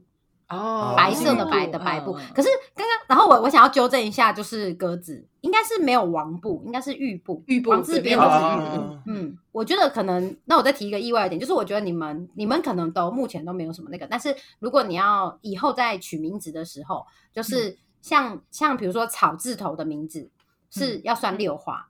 Speaker 1: 哦嗯
Speaker 3: 白色的白的白布。可是刚刚，然后我我想要纠正一下，就是格子应该是没有王布，应该是玉布，
Speaker 1: 玉布
Speaker 3: 王字
Speaker 1: 对
Speaker 3: 边
Speaker 1: 没
Speaker 3: 不
Speaker 1: 有
Speaker 3: 是
Speaker 1: 王
Speaker 3: 玉
Speaker 1: 布
Speaker 3: 布。
Speaker 4: 啊
Speaker 3: 嗯，我觉得可能，那我再提一个意外一点，就是我觉得你们你们可能都目前都没有什么那个，但是如果你要以后在取名字的时候，就是
Speaker 1: 嗯
Speaker 3: 像、像比如说草字头的名字
Speaker 1: 嗯
Speaker 3: 是要算六画，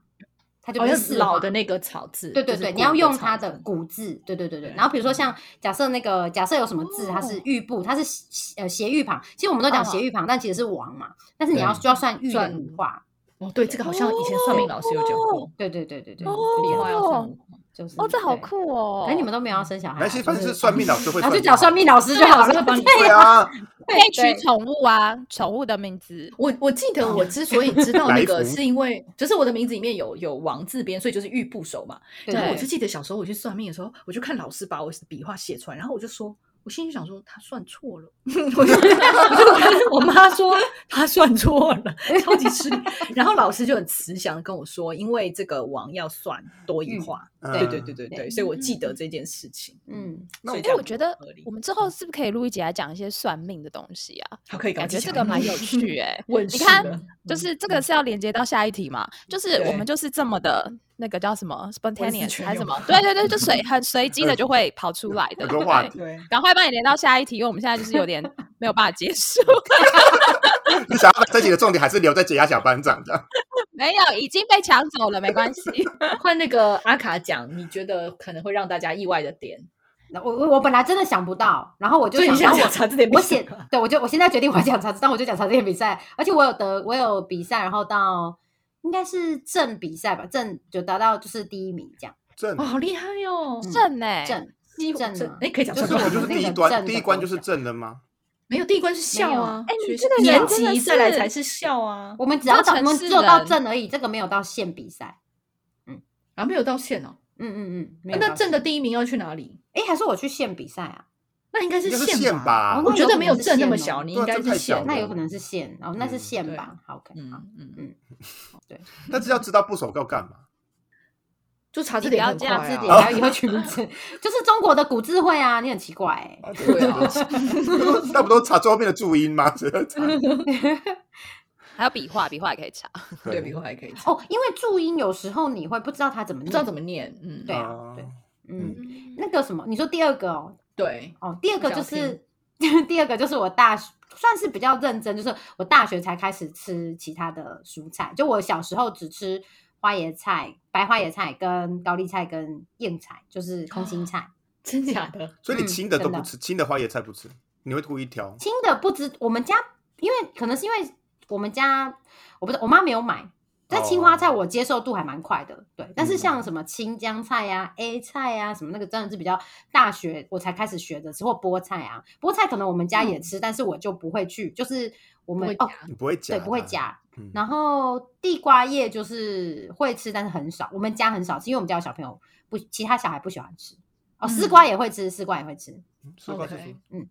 Speaker 3: 它就
Speaker 1: 哦，
Speaker 3: 不是
Speaker 1: 就是
Speaker 3: 四
Speaker 1: 老
Speaker 3: 画
Speaker 1: 的那个草字，
Speaker 3: 对对
Speaker 1: 就是
Speaker 3: 对，
Speaker 1: 古
Speaker 3: 你要用
Speaker 1: 草
Speaker 3: 它
Speaker 1: 字
Speaker 3: 的古字，对对对对。
Speaker 1: 对
Speaker 3: 然后比如说像假设那个假设有什么字，它是
Speaker 1: 哦
Speaker 3: 玉部，它是斜呃斜玉旁，其实我们都讲
Speaker 1: 嗯
Speaker 3: 斜玉旁，但其实是王嘛。但是你要
Speaker 4: 对
Speaker 3: 就要算玉的
Speaker 1: 算
Speaker 3: 五画，
Speaker 1: 哦，对，这个好像以前算命老师有讲过，
Speaker 3: 对对对对对，
Speaker 2: 哦
Speaker 1: 笔画要算五画。
Speaker 3: 就是
Speaker 2: 哦，这好
Speaker 3: 对。
Speaker 2: 酷哦！
Speaker 1: 哎
Speaker 3: 可是你们都没有要生小孩啊，
Speaker 4: 没关系，
Speaker 3: 就
Speaker 4: 反正是算命老师会
Speaker 3: 然
Speaker 4: 算
Speaker 3: 后
Speaker 4: 的。
Speaker 3: 就找算命老师就好
Speaker 1: 老师会
Speaker 3: 了。
Speaker 1: 帮你
Speaker 4: 对啊，
Speaker 2: 可以取
Speaker 3: 对
Speaker 2: 宠物啊，宠物的名字，
Speaker 1: 我我记得我之所以知道那
Speaker 4: 来
Speaker 1: 个，
Speaker 4: 福
Speaker 1: 是因为就是我的名字里面有有王字边，所以就是玉部首嘛。
Speaker 3: 对
Speaker 1: 然后我
Speaker 3: 对
Speaker 1: 就记得小时候我去算命的时候，我就看老师把我笔画写 出来，然后我就说，我心里想说他算错了，我就我就跟我妈说他算错了，超级吃力。然后老师就很慈祥地跟我说，因为这个王要算多一化，
Speaker 4: 嗯
Speaker 1: 对对
Speaker 4: 嗯
Speaker 1: 对对对，
Speaker 3: 对
Speaker 1: 所以我记得这件事情。
Speaker 3: 嗯，
Speaker 4: 那
Speaker 1: 所以
Speaker 4: 我
Speaker 1: 这样
Speaker 2: 我觉得
Speaker 1: 合理
Speaker 2: 我们之后是不是可以录一集来讲一些算命的东西啊？
Speaker 1: 好，可以搞
Speaker 2: 感觉
Speaker 1: 技巧
Speaker 2: 这个蛮有趣哎、
Speaker 1: 问
Speaker 2: 你
Speaker 1: 世嗯
Speaker 2: 看
Speaker 1: 的
Speaker 2: 就是这个是要连接到下一题嘛？就是我
Speaker 1: 对
Speaker 2: 们就是这么的那个叫什么 spontaneous
Speaker 1: 泉
Speaker 2: 还是什
Speaker 1: 涌
Speaker 2: 么？对对对，就随很随机的就会跑出来的。
Speaker 4: 有个话
Speaker 2: 对
Speaker 4: 题
Speaker 1: 对，
Speaker 2: 赶快帮你连到下一题，因为我们现在就是有点没有办法结束，
Speaker 4: 你想要把这集的重点还是留在解压小班长的，
Speaker 2: 没有已经被抢走了，没关系。
Speaker 1: 换那个阿卡讲，你觉得可能会让大家意外的点？
Speaker 3: 那我我我本来真的想不到，然后我就
Speaker 1: 所以
Speaker 3: 想
Speaker 1: 你想
Speaker 3: 说
Speaker 1: 讲
Speaker 3: 我
Speaker 1: 查字典比
Speaker 3: 我
Speaker 1: 赛
Speaker 3: 写
Speaker 1: 吗，
Speaker 3: 对我就我现在决定我讲查字，但我就讲查字典比赛，而且我有得我有比赛，然后到应该是正比赛吧，正就达到就是第一名这样，
Speaker 4: 正
Speaker 1: 哇，好厉害哦！
Speaker 2: 正哎、
Speaker 3: 正
Speaker 1: 西湖
Speaker 3: 正
Speaker 1: 镇
Speaker 3: 啊
Speaker 1: 哎，可以讲
Speaker 4: 就
Speaker 1: 正
Speaker 4: 是
Speaker 1: 吗
Speaker 4: 我就是第一
Speaker 3: 那
Speaker 4: 关，
Speaker 3: 个
Speaker 4: 第一关就是
Speaker 3: 正的
Speaker 4: 正的吗？
Speaker 1: 没有第一关是
Speaker 3: 没
Speaker 1: 校
Speaker 3: 有
Speaker 1: 啊，
Speaker 2: 哎你
Speaker 1: 学
Speaker 2: 这个人
Speaker 1: 年
Speaker 2: 真的
Speaker 1: 级再来
Speaker 2: 是
Speaker 1: 才是校啊，
Speaker 3: 我们只要
Speaker 2: 这
Speaker 3: 到
Speaker 2: 城
Speaker 3: 我们
Speaker 2: 市
Speaker 3: 只有到
Speaker 2: 人
Speaker 3: 正而已，这个没有到县比赛。
Speaker 1: 啊没有到县哦。
Speaker 3: 嗯嗯嗯，没有
Speaker 1: 那
Speaker 3: 到
Speaker 1: 正
Speaker 3: 县
Speaker 1: 的第一名要去哪里？
Speaker 3: 哎，还是我去县比赛啊？
Speaker 1: 那应该是
Speaker 4: 应该是
Speaker 1: 县
Speaker 4: 县吧
Speaker 1: 我
Speaker 3: 哦
Speaker 1: 觉得没有
Speaker 3: 那有可能是
Speaker 1: 正那么
Speaker 3: 县哦
Speaker 1: 小，你
Speaker 4: 对
Speaker 1: 应
Speaker 4: 啊
Speaker 1: 该
Speaker 4: 这太
Speaker 1: 是
Speaker 4: 小
Speaker 1: 县。
Speaker 4: 了
Speaker 3: 那有可能是县哦，那是
Speaker 4: 嗯
Speaker 3: 县
Speaker 1: 对
Speaker 3: 吧？好，OK，好，
Speaker 1: 嗯嗯，
Speaker 3: 嗯，
Speaker 1: 对，
Speaker 4: 但是要知道部首要干嘛？
Speaker 1: 就查字
Speaker 2: 你
Speaker 1: 典
Speaker 2: 不
Speaker 1: 很
Speaker 2: 要这
Speaker 1: 快啊。
Speaker 2: 样
Speaker 3: 字典，然后以后取 名字，就是中国的古智慧啊，你很奇怪哎。
Speaker 4: 啊
Speaker 1: 对啊，
Speaker 4: 那不都查最后面的注音 吗？只能查
Speaker 2: 还有笔画，笔画也可以查。
Speaker 1: 对比后还可以查，
Speaker 3: 哦，因为注音有时候你会不知道它怎么
Speaker 1: 不
Speaker 3: 念，
Speaker 1: 知道怎么念。嗯，
Speaker 3: 对啊
Speaker 4: 啊
Speaker 3: 对
Speaker 4: 嗯
Speaker 3: 嗯，那个什么，你说第二个哦，
Speaker 1: 对，
Speaker 3: 哦，第二个就
Speaker 1: 不想
Speaker 3: 是 第二个就是我大学算是比较认真，就是我大学才开始吃其他的蔬菜，就我小时候只吃花椰菜、白花椰菜跟高丽菜跟硬菜，就是空心菜。
Speaker 1: 真假的？
Speaker 4: 所以你
Speaker 3: 嗯
Speaker 4: 青的都
Speaker 3: 真
Speaker 4: 不
Speaker 3: 的
Speaker 4: 吃，青的花椰菜不吃，你会故意挑。
Speaker 3: 青的不知我们家，因为可能是因为我们家我不知我妈没有买。但青花菜我接受度还蛮快的，
Speaker 1: 哦
Speaker 3: 对。但是像什么青江菜呀、A 菜呀、什么那个真的是比较大学我才开始学的吃，或菠菜啊，菠菜可能我们家也吃，但是我就不会去，就是我
Speaker 1: 嗯不
Speaker 3: 们
Speaker 1: 会
Speaker 3: 哦，
Speaker 1: 夹
Speaker 4: 你不会夹，
Speaker 3: 对，不会。夹。
Speaker 4: 嗯，
Speaker 3: 然后地瓜叶就是会吃，但是很少，我们家很少吃，因为我们家有小朋友不，其他小孩不喜欢吃。哦，
Speaker 1: 嗯
Speaker 3: 丝瓜也会吃，丝瓜也会吃，
Speaker 4: 丝瓜是什
Speaker 1: OK
Speaker 4: 么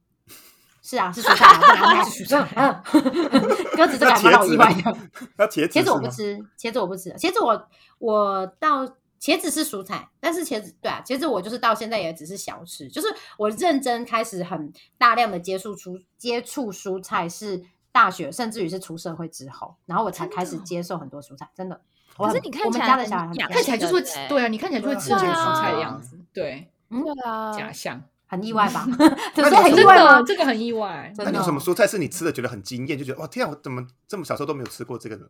Speaker 3: 是啊，是蔬菜啊，是蔬菜啊。 鸽子这个还蛮让我意外的。
Speaker 4: 那茄子
Speaker 3: 茄子我
Speaker 4: 是
Speaker 3: 不
Speaker 4: 吗，
Speaker 3: 吃，茄子我不吃，茄子我我到茄子是蔬菜，但是茄子对啊，茄子我就是到现在也只是小吃，就是我认真开始很大量的接触出接触蔬菜是大学，甚至于是出社会之后，然后我才
Speaker 1: 真的
Speaker 3: 开始
Speaker 1: 哦
Speaker 3: 接受很多蔬菜，真的。我
Speaker 2: 可是
Speaker 3: 很
Speaker 2: 你看
Speaker 3: 我
Speaker 2: 起
Speaker 3: 们
Speaker 2: 来
Speaker 3: 家的
Speaker 2: 很
Speaker 3: 小孩很
Speaker 2: 养
Speaker 1: 看起来就
Speaker 2: 吃
Speaker 1: 是会
Speaker 2: 的
Speaker 1: 吃
Speaker 2: 欸，
Speaker 1: 对啊，你看起来就会吃这
Speaker 2: 对
Speaker 1: 些
Speaker 2: 啊
Speaker 1: 蔬菜的样子，对，
Speaker 2: 对啊，
Speaker 1: 假象。
Speaker 3: 很意外吧？
Speaker 4: 那
Speaker 3: 对
Speaker 4: 你
Speaker 3: 所以很
Speaker 1: 真
Speaker 3: 意外吗
Speaker 1: 的，？这个很意外。
Speaker 3: 真
Speaker 4: 那
Speaker 3: 的
Speaker 4: 你有
Speaker 3: 哦
Speaker 4: 什么蔬菜是你吃的觉得很惊艳，就觉得哇天啊，我怎么这么小时候都没有吃过这个呢？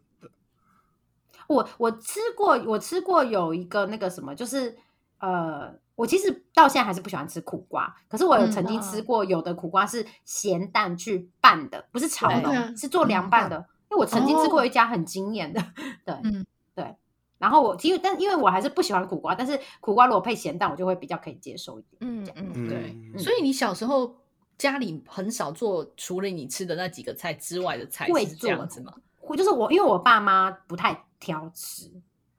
Speaker 3: 我我吃过，我吃过有一个那个什么，就是呃，我其实到现在还是不喜欢吃苦瓜，可是我有
Speaker 1: 嗯
Speaker 3: 曾经吃
Speaker 2: 啊
Speaker 3: 过有的苦瓜是咸蛋去拌的，不是炒
Speaker 2: 对
Speaker 3: 的
Speaker 1: 啊
Speaker 3: 哦，是做凉拌的。
Speaker 1: 嗯
Speaker 3: 因为我曾经吃
Speaker 1: 哦
Speaker 3: 过一家很惊艳的， 对，
Speaker 2: 嗯
Speaker 3: 对。然后我因为但因为我还是不喜欢苦瓜，但是苦瓜如果配咸蛋，我就会比较可以接受一点。
Speaker 2: 嗯嗯，
Speaker 4: 嗯
Speaker 1: 对，
Speaker 4: 嗯
Speaker 1: 所以你小时候家里很少做除了你吃的那几个菜之外的菜，
Speaker 3: 会
Speaker 1: 是这样
Speaker 3: 做
Speaker 1: 子吗？
Speaker 3: 我就是我，因为我爸妈不太挑吃，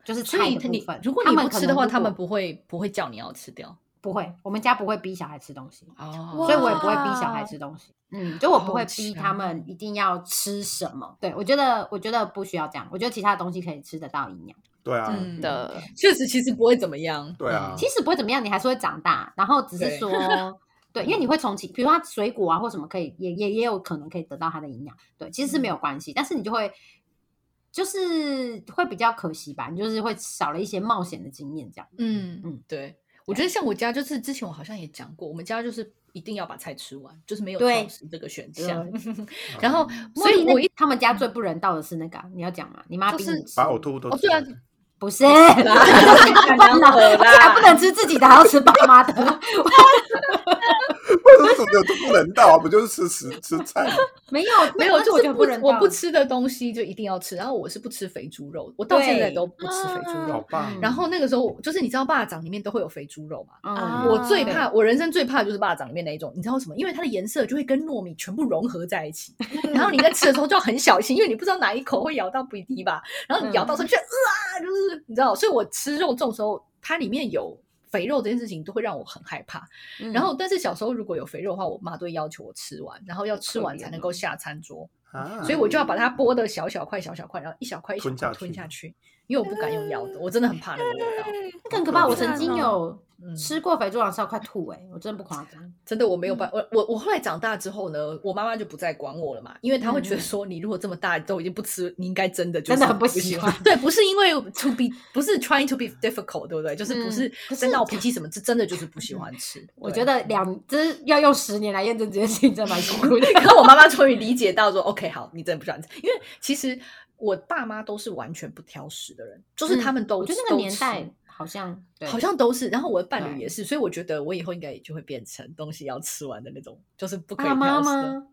Speaker 3: 就是
Speaker 1: 所
Speaker 3: 菜
Speaker 1: 以
Speaker 3: 的
Speaker 1: 你
Speaker 3: 部分。
Speaker 1: 如果
Speaker 3: 他
Speaker 1: 你
Speaker 3: 们
Speaker 1: 不
Speaker 3: 可
Speaker 1: 吃的
Speaker 3: 能
Speaker 1: 话，
Speaker 3: 如
Speaker 1: 他们
Speaker 3: 果
Speaker 1: 不会不会叫你要吃掉
Speaker 3: 不会，我们家不会逼小孩吃东西。
Speaker 1: 哦
Speaker 3: 所以我也不会逼小孩
Speaker 2: 哇
Speaker 3: 吃东西。嗯，就我不
Speaker 1: 好
Speaker 3: 会逼他
Speaker 1: 强哦
Speaker 3: 们一定要吃什么。对我觉得，我觉得不需要这样。我觉得其他东西可以吃得到营养，
Speaker 4: 对啊，
Speaker 1: 嗯
Speaker 2: 的，
Speaker 1: 确实其实不会怎么样。
Speaker 4: 对啊
Speaker 3: 嗯其实不会怎么样，你还是会长大。然后只是
Speaker 1: 对
Speaker 3: 说，对，因为你会从其，比如说它水果啊或什么可以，也也也有可能可以得到它的营养。对，其实是没有
Speaker 1: 嗯
Speaker 3: 关系，但是你就会。就是会比较可惜吧，你就是会少了一些冒险的经验，这样。
Speaker 1: 嗯嗯
Speaker 3: 嗯，
Speaker 1: 对，我觉得像我家就是之前我好像也讲过，我们家就是一定要把菜吃完，就是没有
Speaker 3: 对
Speaker 1: 挑食这个选
Speaker 3: 对
Speaker 1: 项。然后，
Speaker 4: 嗯
Speaker 3: 茉
Speaker 1: 所以
Speaker 3: 莉那
Speaker 1: 我一
Speaker 3: 他们家最不人道的是那个啊，你要讲吗？你妈
Speaker 1: 就
Speaker 3: 逼
Speaker 1: 是
Speaker 3: 你吃
Speaker 4: 把呕吐物都
Speaker 1: 哦
Speaker 4: 吃
Speaker 1: 对啊
Speaker 4: 了
Speaker 3: 不是啦，不能
Speaker 1: 难得
Speaker 3: 而且还
Speaker 1: 啦
Speaker 3: 啊不能吃自己的，还要吃爸妈的。
Speaker 4: 为什么有这不能到啊？不就是吃吃吃菜吗？
Speaker 3: 没有
Speaker 1: 没有，
Speaker 3: 这
Speaker 1: 就
Speaker 3: 我
Speaker 1: 是
Speaker 3: 就
Speaker 1: 不
Speaker 3: 能
Speaker 1: 我不
Speaker 3: 吃。
Speaker 1: 吃的东西就一定要吃，然后我是不吃肥猪肉，我到现在
Speaker 3: 对
Speaker 1: 都不吃肥猪
Speaker 2: 啊
Speaker 4: 好
Speaker 1: 肉。
Speaker 4: 棒！
Speaker 1: 然后那个时候我就是你知道，霸掌里面都会有肥猪肉嘛，
Speaker 3: 嗯
Speaker 1: 我
Speaker 2: 啊
Speaker 4: 哦
Speaker 1: 最怕，我人生最怕的就是霸掌里面那一种，你知道为什么？因为它的颜色就会跟糯米全部融合在一 起，然后你在吃的时候就要很小心，因为你不知道哪一口会咬到鼻涕吧，然后你咬到时候
Speaker 4: 嗯
Speaker 1: 就觉得、啊，就是你知道，所以我吃肉粽的时候，它里面有。肥肉这件事情都会让我很害怕，
Speaker 3: 嗯
Speaker 4: 嗯哦
Speaker 1: 然后但是小时候如果有肥肉的话，我妈都会要求我吃完，然后要吃完才能够下餐桌。
Speaker 4: 啊，
Speaker 1: 所以我就要把它剥的小小块、小小块，然后一小块一小
Speaker 4: 吞下
Speaker 1: 块
Speaker 4: 去
Speaker 1: 吞下去，因为我不敢用咬的，我真的很怕那个味道。
Speaker 3: 那个很可怕。
Speaker 4: 好
Speaker 3: 我
Speaker 4: 赞
Speaker 3: 曾经
Speaker 2: 哦
Speaker 3: 有
Speaker 1: 嗯，
Speaker 3: 吃过肥猪狼吃到快吐哎、我真的不夸张。
Speaker 1: 真的我没有
Speaker 3: 嗯
Speaker 1: 办，我我我后来长大之后呢，我妈妈就不再管我了嘛，因为她会觉得说，你如果这么大都已经不吃，你应该真的就是
Speaker 3: 嗯真的很不
Speaker 1: 不
Speaker 3: 喜
Speaker 1: 喜
Speaker 3: 欢。
Speaker 1: 对，不是因为 to be，不是 trying to be difficult，对不对？就是不是
Speaker 3: 嗯可是嗯
Speaker 1: 在闹脾气什么，是真的就是不喜欢吃。
Speaker 3: 我
Speaker 1: 对
Speaker 3: 觉得两就是要用十年来验证这件事情，真的蛮辛苦的。
Speaker 1: 然后我妈妈终于理解到说，OK，好，你真的不喜欢吃，因为其实我爸妈都是完全不挑食的人，就是他们都、
Speaker 3: 嗯我觉得那个年代。好像对
Speaker 1: 好像都是，然后我的伴
Speaker 3: 对
Speaker 1: 侣也是，所以我觉得我以后应该也就会变成东西要吃完的那种，就是不可以
Speaker 3: 啊
Speaker 1: 挑食的。
Speaker 3: 妈妈。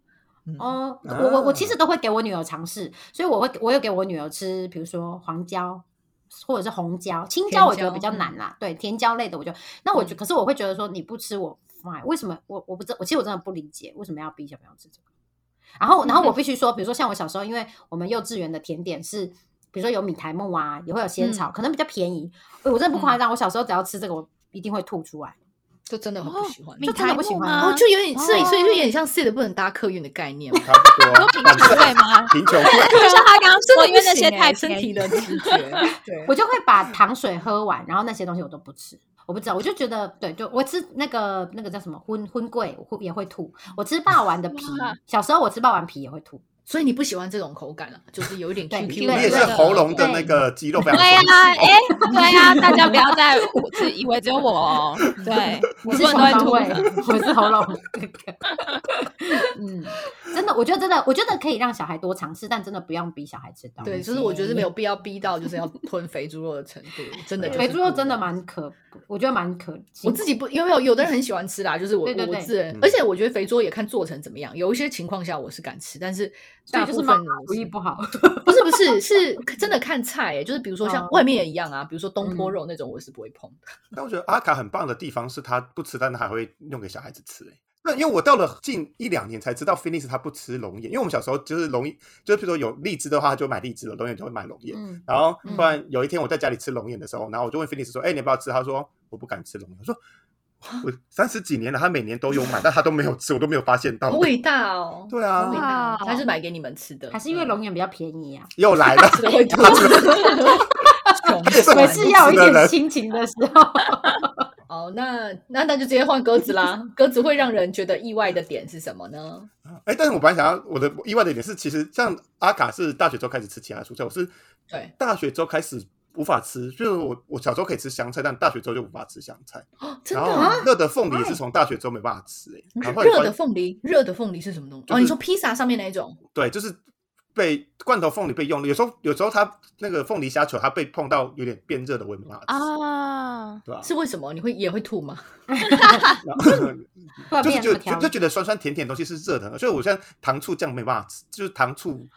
Speaker 1: 嗯
Speaker 3: 哦，我我我其实都会给我女儿尝试，所以我会我有给我女儿吃，比如说黄椒或者是红椒、青椒，
Speaker 1: 甜
Speaker 3: 我觉得
Speaker 1: 椒
Speaker 3: 比较
Speaker 1: 嗯
Speaker 3: 难啦。对，甜椒类的，我就那我就、
Speaker 1: 嗯
Speaker 3: 可是我会觉得说你不吃我 fine，为什么我我不知我其实我真的不理解为什么要逼小朋友吃这个。然后然后我
Speaker 1: 嗯
Speaker 3: 必须说，比如说像我小时候，因为我们幼稚园的甜点是。比如说有米苔木啊，也会有仙
Speaker 1: 嗯
Speaker 3: 草，可能比较便宜。哎我真的不夸张，我小时候只要吃这个，我一定会吐出来。
Speaker 1: 就真的很不喜欢。
Speaker 2: 米
Speaker 3: 就真的
Speaker 2: 苔
Speaker 3: 不喜
Speaker 2: 木
Speaker 3: 欢
Speaker 2: 吗？
Speaker 1: 哦，就有点，所以所以就
Speaker 3: 哦
Speaker 1: 有点像 sit 不能搭客运的概 念嘛，
Speaker 4: 差不多？
Speaker 2: 有品味吗
Speaker 4: 啊 贫穷贵。
Speaker 2: 就像他刚刚
Speaker 1: 真的
Speaker 2: 说，因为
Speaker 1: 不
Speaker 2: 那些
Speaker 1: 行欸
Speaker 2: 太
Speaker 1: 身
Speaker 2: 便宜
Speaker 1: 体的直 觉，对
Speaker 3: 我就会把糖水喝完，然后那些东西我都不吃。我不知道，我就觉得对，就我吃那个那个叫什么荤荤桂，我会也会吐。我吃霸王的皮，小时候我吃霸王皮也会吐。
Speaker 1: 所以你不喜欢这种口感啊，就是有一点
Speaker 3: 对
Speaker 1: Q
Speaker 3: 因
Speaker 1: Q
Speaker 3: 为
Speaker 1: 的。
Speaker 4: 你也是喉咙的那个肌肉非常
Speaker 2: 对呀、
Speaker 4: 松
Speaker 2: 啊，哎、对呀、大家不要再只以为只有 我哦。对，
Speaker 3: 我是
Speaker 2: 很
Speaker 3: 熊
Speaker 2: 多人
Speaker 3: 掌
Speaker 2: 都
Speaker 3: 味
Speaker 2: 会吐。，
Speaker 3: 我是喉咙那个。 嗯，真的，我觉得真的，我觉得可以让小孩多尝试，但真的不用逼小孩吃到。
Speaker 1: 对，就是我觉得是没有必要逼到就是要吞肥猪肉的程度，真的。
Speaker 3: 嗯肥猪肉真的？蛮可，我觉得蛮可。
Speaker 1: 我自己不，因为有有的人很喜欢吃啦，就是我
Speaker 3: 对对
Speaker 1: 我
Speaker 3: 对
Speaker 1: 自人
Speaker 4: 嗯，
Speaker 1: 而且我觉得肥猪也看做成怎么样，有一些情况下我是敢吃，但是
Speaker 3: 所
Speaker 1: 大
Speaker 3: 以就
Speaker 1: 部
Speaker 3: 是
Speaker 1: 分
Speaker 3: 妈妈
Speaker 1: 我
Speaker 3: 厨
Speaker 1: 是
Speaker 3: 艺不 好。
Speaker 1: 不是不是 是真的看菜欸，就是比如说像
Speaker 3: 哦
Speaker 1: 外面也一样啊，比如说东坡
Speaker 3: 嗯
Speaker 1: 肉那种我是不会碰的。
Speaker 4: 但我觉得阿卡很棒的地方是他不吃，但他还会弄给小孩子吃、欸。那因为我到了近一两年才知道 f i n i s 他不吃龙眼，因为我们小时候就是龙，就是比如说有荔枝的话，他就买荔枝了，龙眼就会买龙眼。
Speaker 3: 嗯，
Speaker 4: 然后不然有一天我在家里吃龙眼的时候，然后我就问 f i n i s 说：“哎、你要不要吃？”他说：“我不敢吃龙眼。”我说：“
Speaker 1: 啊
Speaker 4: 我三十几年了，他每年都有买，但他都没有吃，我都没有发现到。
Speaker 1: 好伟大哦！
Speaker 4: 对啊
Speaker 1: 好伟大哦
Speaker 2: 哇
Speaker 1: 他是买给你们吃的，
Speaker 3: 还是因为
Speaker 1: 嗯
Speaker 3: 龙眼比较便宜啊。
Speaker 4: 又来了，
Speaker 1: 吃 的会吐，
Speaker 4: 对
Speaker 1: 穷
Speaker 3: 每
Speaker 4: 每
Speaker 3: 次
Speaker 4: 次
Speaker 3: 要
Speaker 4: 要
Speaker 3: 有
Speaker 4: 有
Speaker 3: 一
Speaker 4: 一
Speaker 3: 点
Speaker 4: 点
Speaker 3: 心情的时候，
Speaker 1: 哦，那那那就直接换鸽子啦。鸽子会让人觉得意外的点是什么呢？
Speaker 4: 哎，但是我本来想要我的意外的一点是，其实像阿卡是大学之后开始吃其他蔬菜，我是
Speaker 1: 对
Speaker 4: 大学之后开始无法吃，就是我我小时候可以吃香菜，但大学之后就无法吃香菜。
Speaker 1: 哦，真
Speaker 4: 然
Speaker 1: 的
Speaker 4: 后
Speaker 1: 啊、
Speaker 4: 热的凤梨也是从大学之后没办法吃、欸，然后后来
Speaker 1: 热
Speaker 4: 发
Speaker 1: 的
Speaker 4: 现
Speaker 1: 凤梨，热的凤梨是什么东西？
Speaker 4: 就
Speaker 1: 哦，你
Speaker 4: 是
Speaker 1: 说披萨上面那一种？
Speaker 4: 对，就是被罐头凤梨被用了，有时候有时候它那个凤梨虾球它被碰到有点变热的，我也没办法吃，
Speaker 2: 啊，
Speaker 4: 对吧、
Speaker 1: 哦是为什么？你会也会吐吗？
Speaker 4: 然后
Speaker 3: 突然变得那
Speaker 4: 就是就
Speaker 3: 么挑
Speaker 4: 就就觉得酸酸甜甜的东西是热的，所以我现在糖醋酱没办法吃，就是糖醋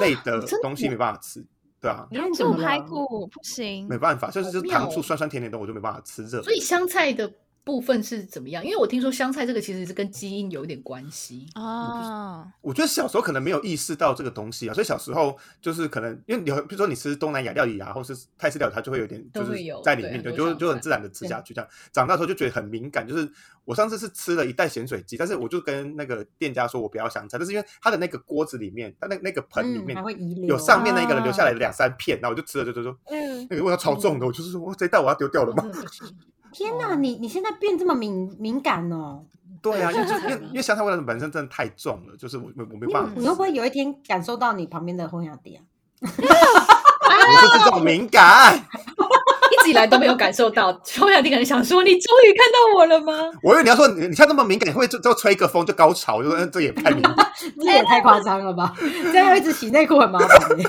Speaker 4: 类的
Speaker 1: 哦真的嗯
Speaker 4: 东西没办法吃，对啊。
Speaker 3: 你看怎
Speaker 2: 醋
Speaker 3: 么
Speaker 2: 排
Speaker 3: 了？
Speaker 2: 骨不行
Speaker 4: 没。办法，就是
Speaker 1: 好
Speaker 4: 就是
Speaker 1: 妙
Speaker 4: 糖
Speaker 1: 哦
Speaker 4: 醋酸酸甜甜的，我就没办法吃热的。
Speaker 1: 所以香菜的部分是怎么样？因为我听说香菜这个其实是跟基因有一点关系。
Speaker 2: 啊，
Speaker 4: 我觉得小时候可能没有意识到这个东西啊，所以小时候就是可能因为有，比如说你吃东南亚料理啊，或是泰式料理，它就会有点
Speaker 1: 都
Speaker 4: 就
Speaker 1: 会
Speaker 4: 是
Speaker 1: 有
Speaker 4: 在里
Speaker 1: 对
Speaker 4: 面，
Speaker 1: 很
Speaker 4: 就
Speaker 1: 多
Speaker 4: 就
Speaker 1: 香
Speaker 4: 就很
Speaker 1: 菜
Speaker 4: 自然的吃下去。这样长大之后就觉得很敏感，就是我上次是吃了一袋咸水鸡，但是我就跟那个店家说我不要香菜，但是因为它的那个锅子里面，它那那个盆里
Speaker 3: 嗯，
Speaker 4: 面
Speaker 3: 还会遗留
Speaker 4: 有上面那一
Speaker 1: 哦
Speaker 4: 个人留下来的两三片，然后我就吃了就就说
Speaker 2: 嗯，
Speaker 4: 那个味道超重的，我就是说哇这一袋我要丢掉了
Speaker 1: 哦
Speaker 4: 吗？
Speaker 1: 真的不行
Speaker 3: 天
Speaker 4: 哦
Speaker 3: 哪，你你现在变这么敏敏感哦？
Speaker 4: 对啊，因为就是因为因为香菜味道本身真的太重了，就是我我我没
Speaker 3: 你
Speaker 4: 办法吃，
Speaker 1: 嗯
Speaker 3: 你会不会有一天感受到你旁边的红小弟啊？
Speaker 4: 我
Speaker 1: 啊
Speaker 4: 是这种敏感。
Speaker 1: 一直以来都没有感受到。 邱雅定可能想说：“你终于看到我了吗
Speaker 4: 我以为你要说你你像这么敏感，你会就就吹一个风就高潮，就说嗯这也太敏感，
Speaker 3: 这也太夸张了吧！这样要一直洗内裤很麻 烦耶。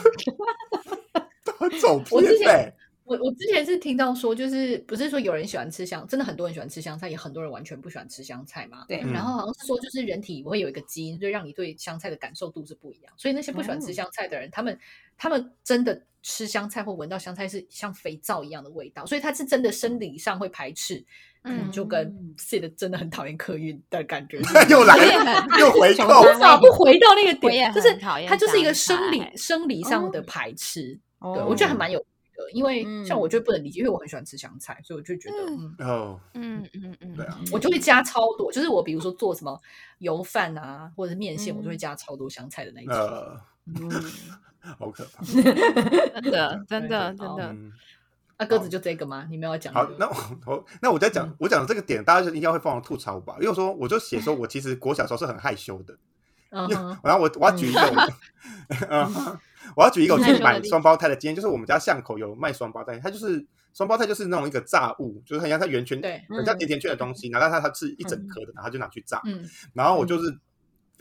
Speaker 4: 走
Speaker 1: 我
Speaker 4: 偏
Speaker 1: 之前
Speaker 4: 呗。？”
Speaker 1: 我我之前是听到说，就是不是说有人喜欢吃香，真的很多人喜欢吃香菜，也很多人完全不喜欢吃香菜嘛。
Speaker 3: 对，
Speaker 4: 嗯
Speaker 1: 然后好像是说，就是人体会有一个基因，就让你对香菜的感受度是不一样。所以那些不喜欢吃
Speaker 3: 哦
Speaker 1: 香菜的人，他们他们真的吃香菜或闻到香菜是像肥皂一样的味道，所以他是真的生理上会排斥，可能就
Speaker 3: 嗯
Speaker 1: 跟 Sid 真的很讨厌客运的感觉 是
Speaker 4: 又来
Speaker 2: 我也很，
Speaker 4: 又回
Speaker 3: 想
Speaker 4: 扣
Speaker 3: 到，
Speaker 1: 无法不回到那个
Speaker 2: 我也
Speaker 1: 点，
Speaker 2: 很
Speaker 1: 就是
Speaker 2: 讨厌
Speaker 1: 它就是一个
Speaker 2: 香
Speaker 1: 生理
Speaker 2: 菜
Speaker 1: 生理上的
Speaker 3: 哦
Speaker 1: 排斥。
Speaker 3: 哦
Speaker 1: 对，我觉得还蛮有趣的，因为像
Speaker 3: 嗯
Speaker 1: 我就不能理解，因为我很喜欢吃香菜，所以我就觉得，
Speaker 2: 嗯
Speaker 1: 嗯，
Speaker 4: 哦，
Speaker 2: 嗯嗯嗯，
Speaker 4: 对啊，
Speaker 1: 我就会加超多，就是我比如说做什么油饭啊，或者是面线，我就会加超多香菜的那一种。
Speaker 4: 呃，
Speaker 3: 嗯
Speaker 4: 好可怕。
Speaker 2: 真的真的
Speaker 1: 对
Speaker 2: 真
Speaker 1: 好
Speaker 2: 的，
Speaker 4: 嗯，
Speaker 1: 那鸽子就这个吗？你们要讲这
Speaker 4: 好
Speaker 1: 个？，
Speaker 4: 那我我那我在
Speaker 1: 嗯
Speaker 4: 讲我讲的这个点，大家就应该会帮我吐槽吧，因为我说我就写说我其实国小时候是很害羞的，
Speaker 1: 嗯
Speaker 4: 因为
Speaker 1: 哼，
Speaker 4: 然后我我要举一个 我，嗯，我要举一个我去买双胞胎的经验，就是我们家巷口有卖双胞胎，它就是双胞胎就是那种一个炸物，就是很像它圆圈，
Speaker 1: 对
Speaker 4: 很像甜甜圈的东西，然后它它是一整颗的，然后就拿去炸，
Speaker 1: 嗯，
Speaker 4: 然后我就是。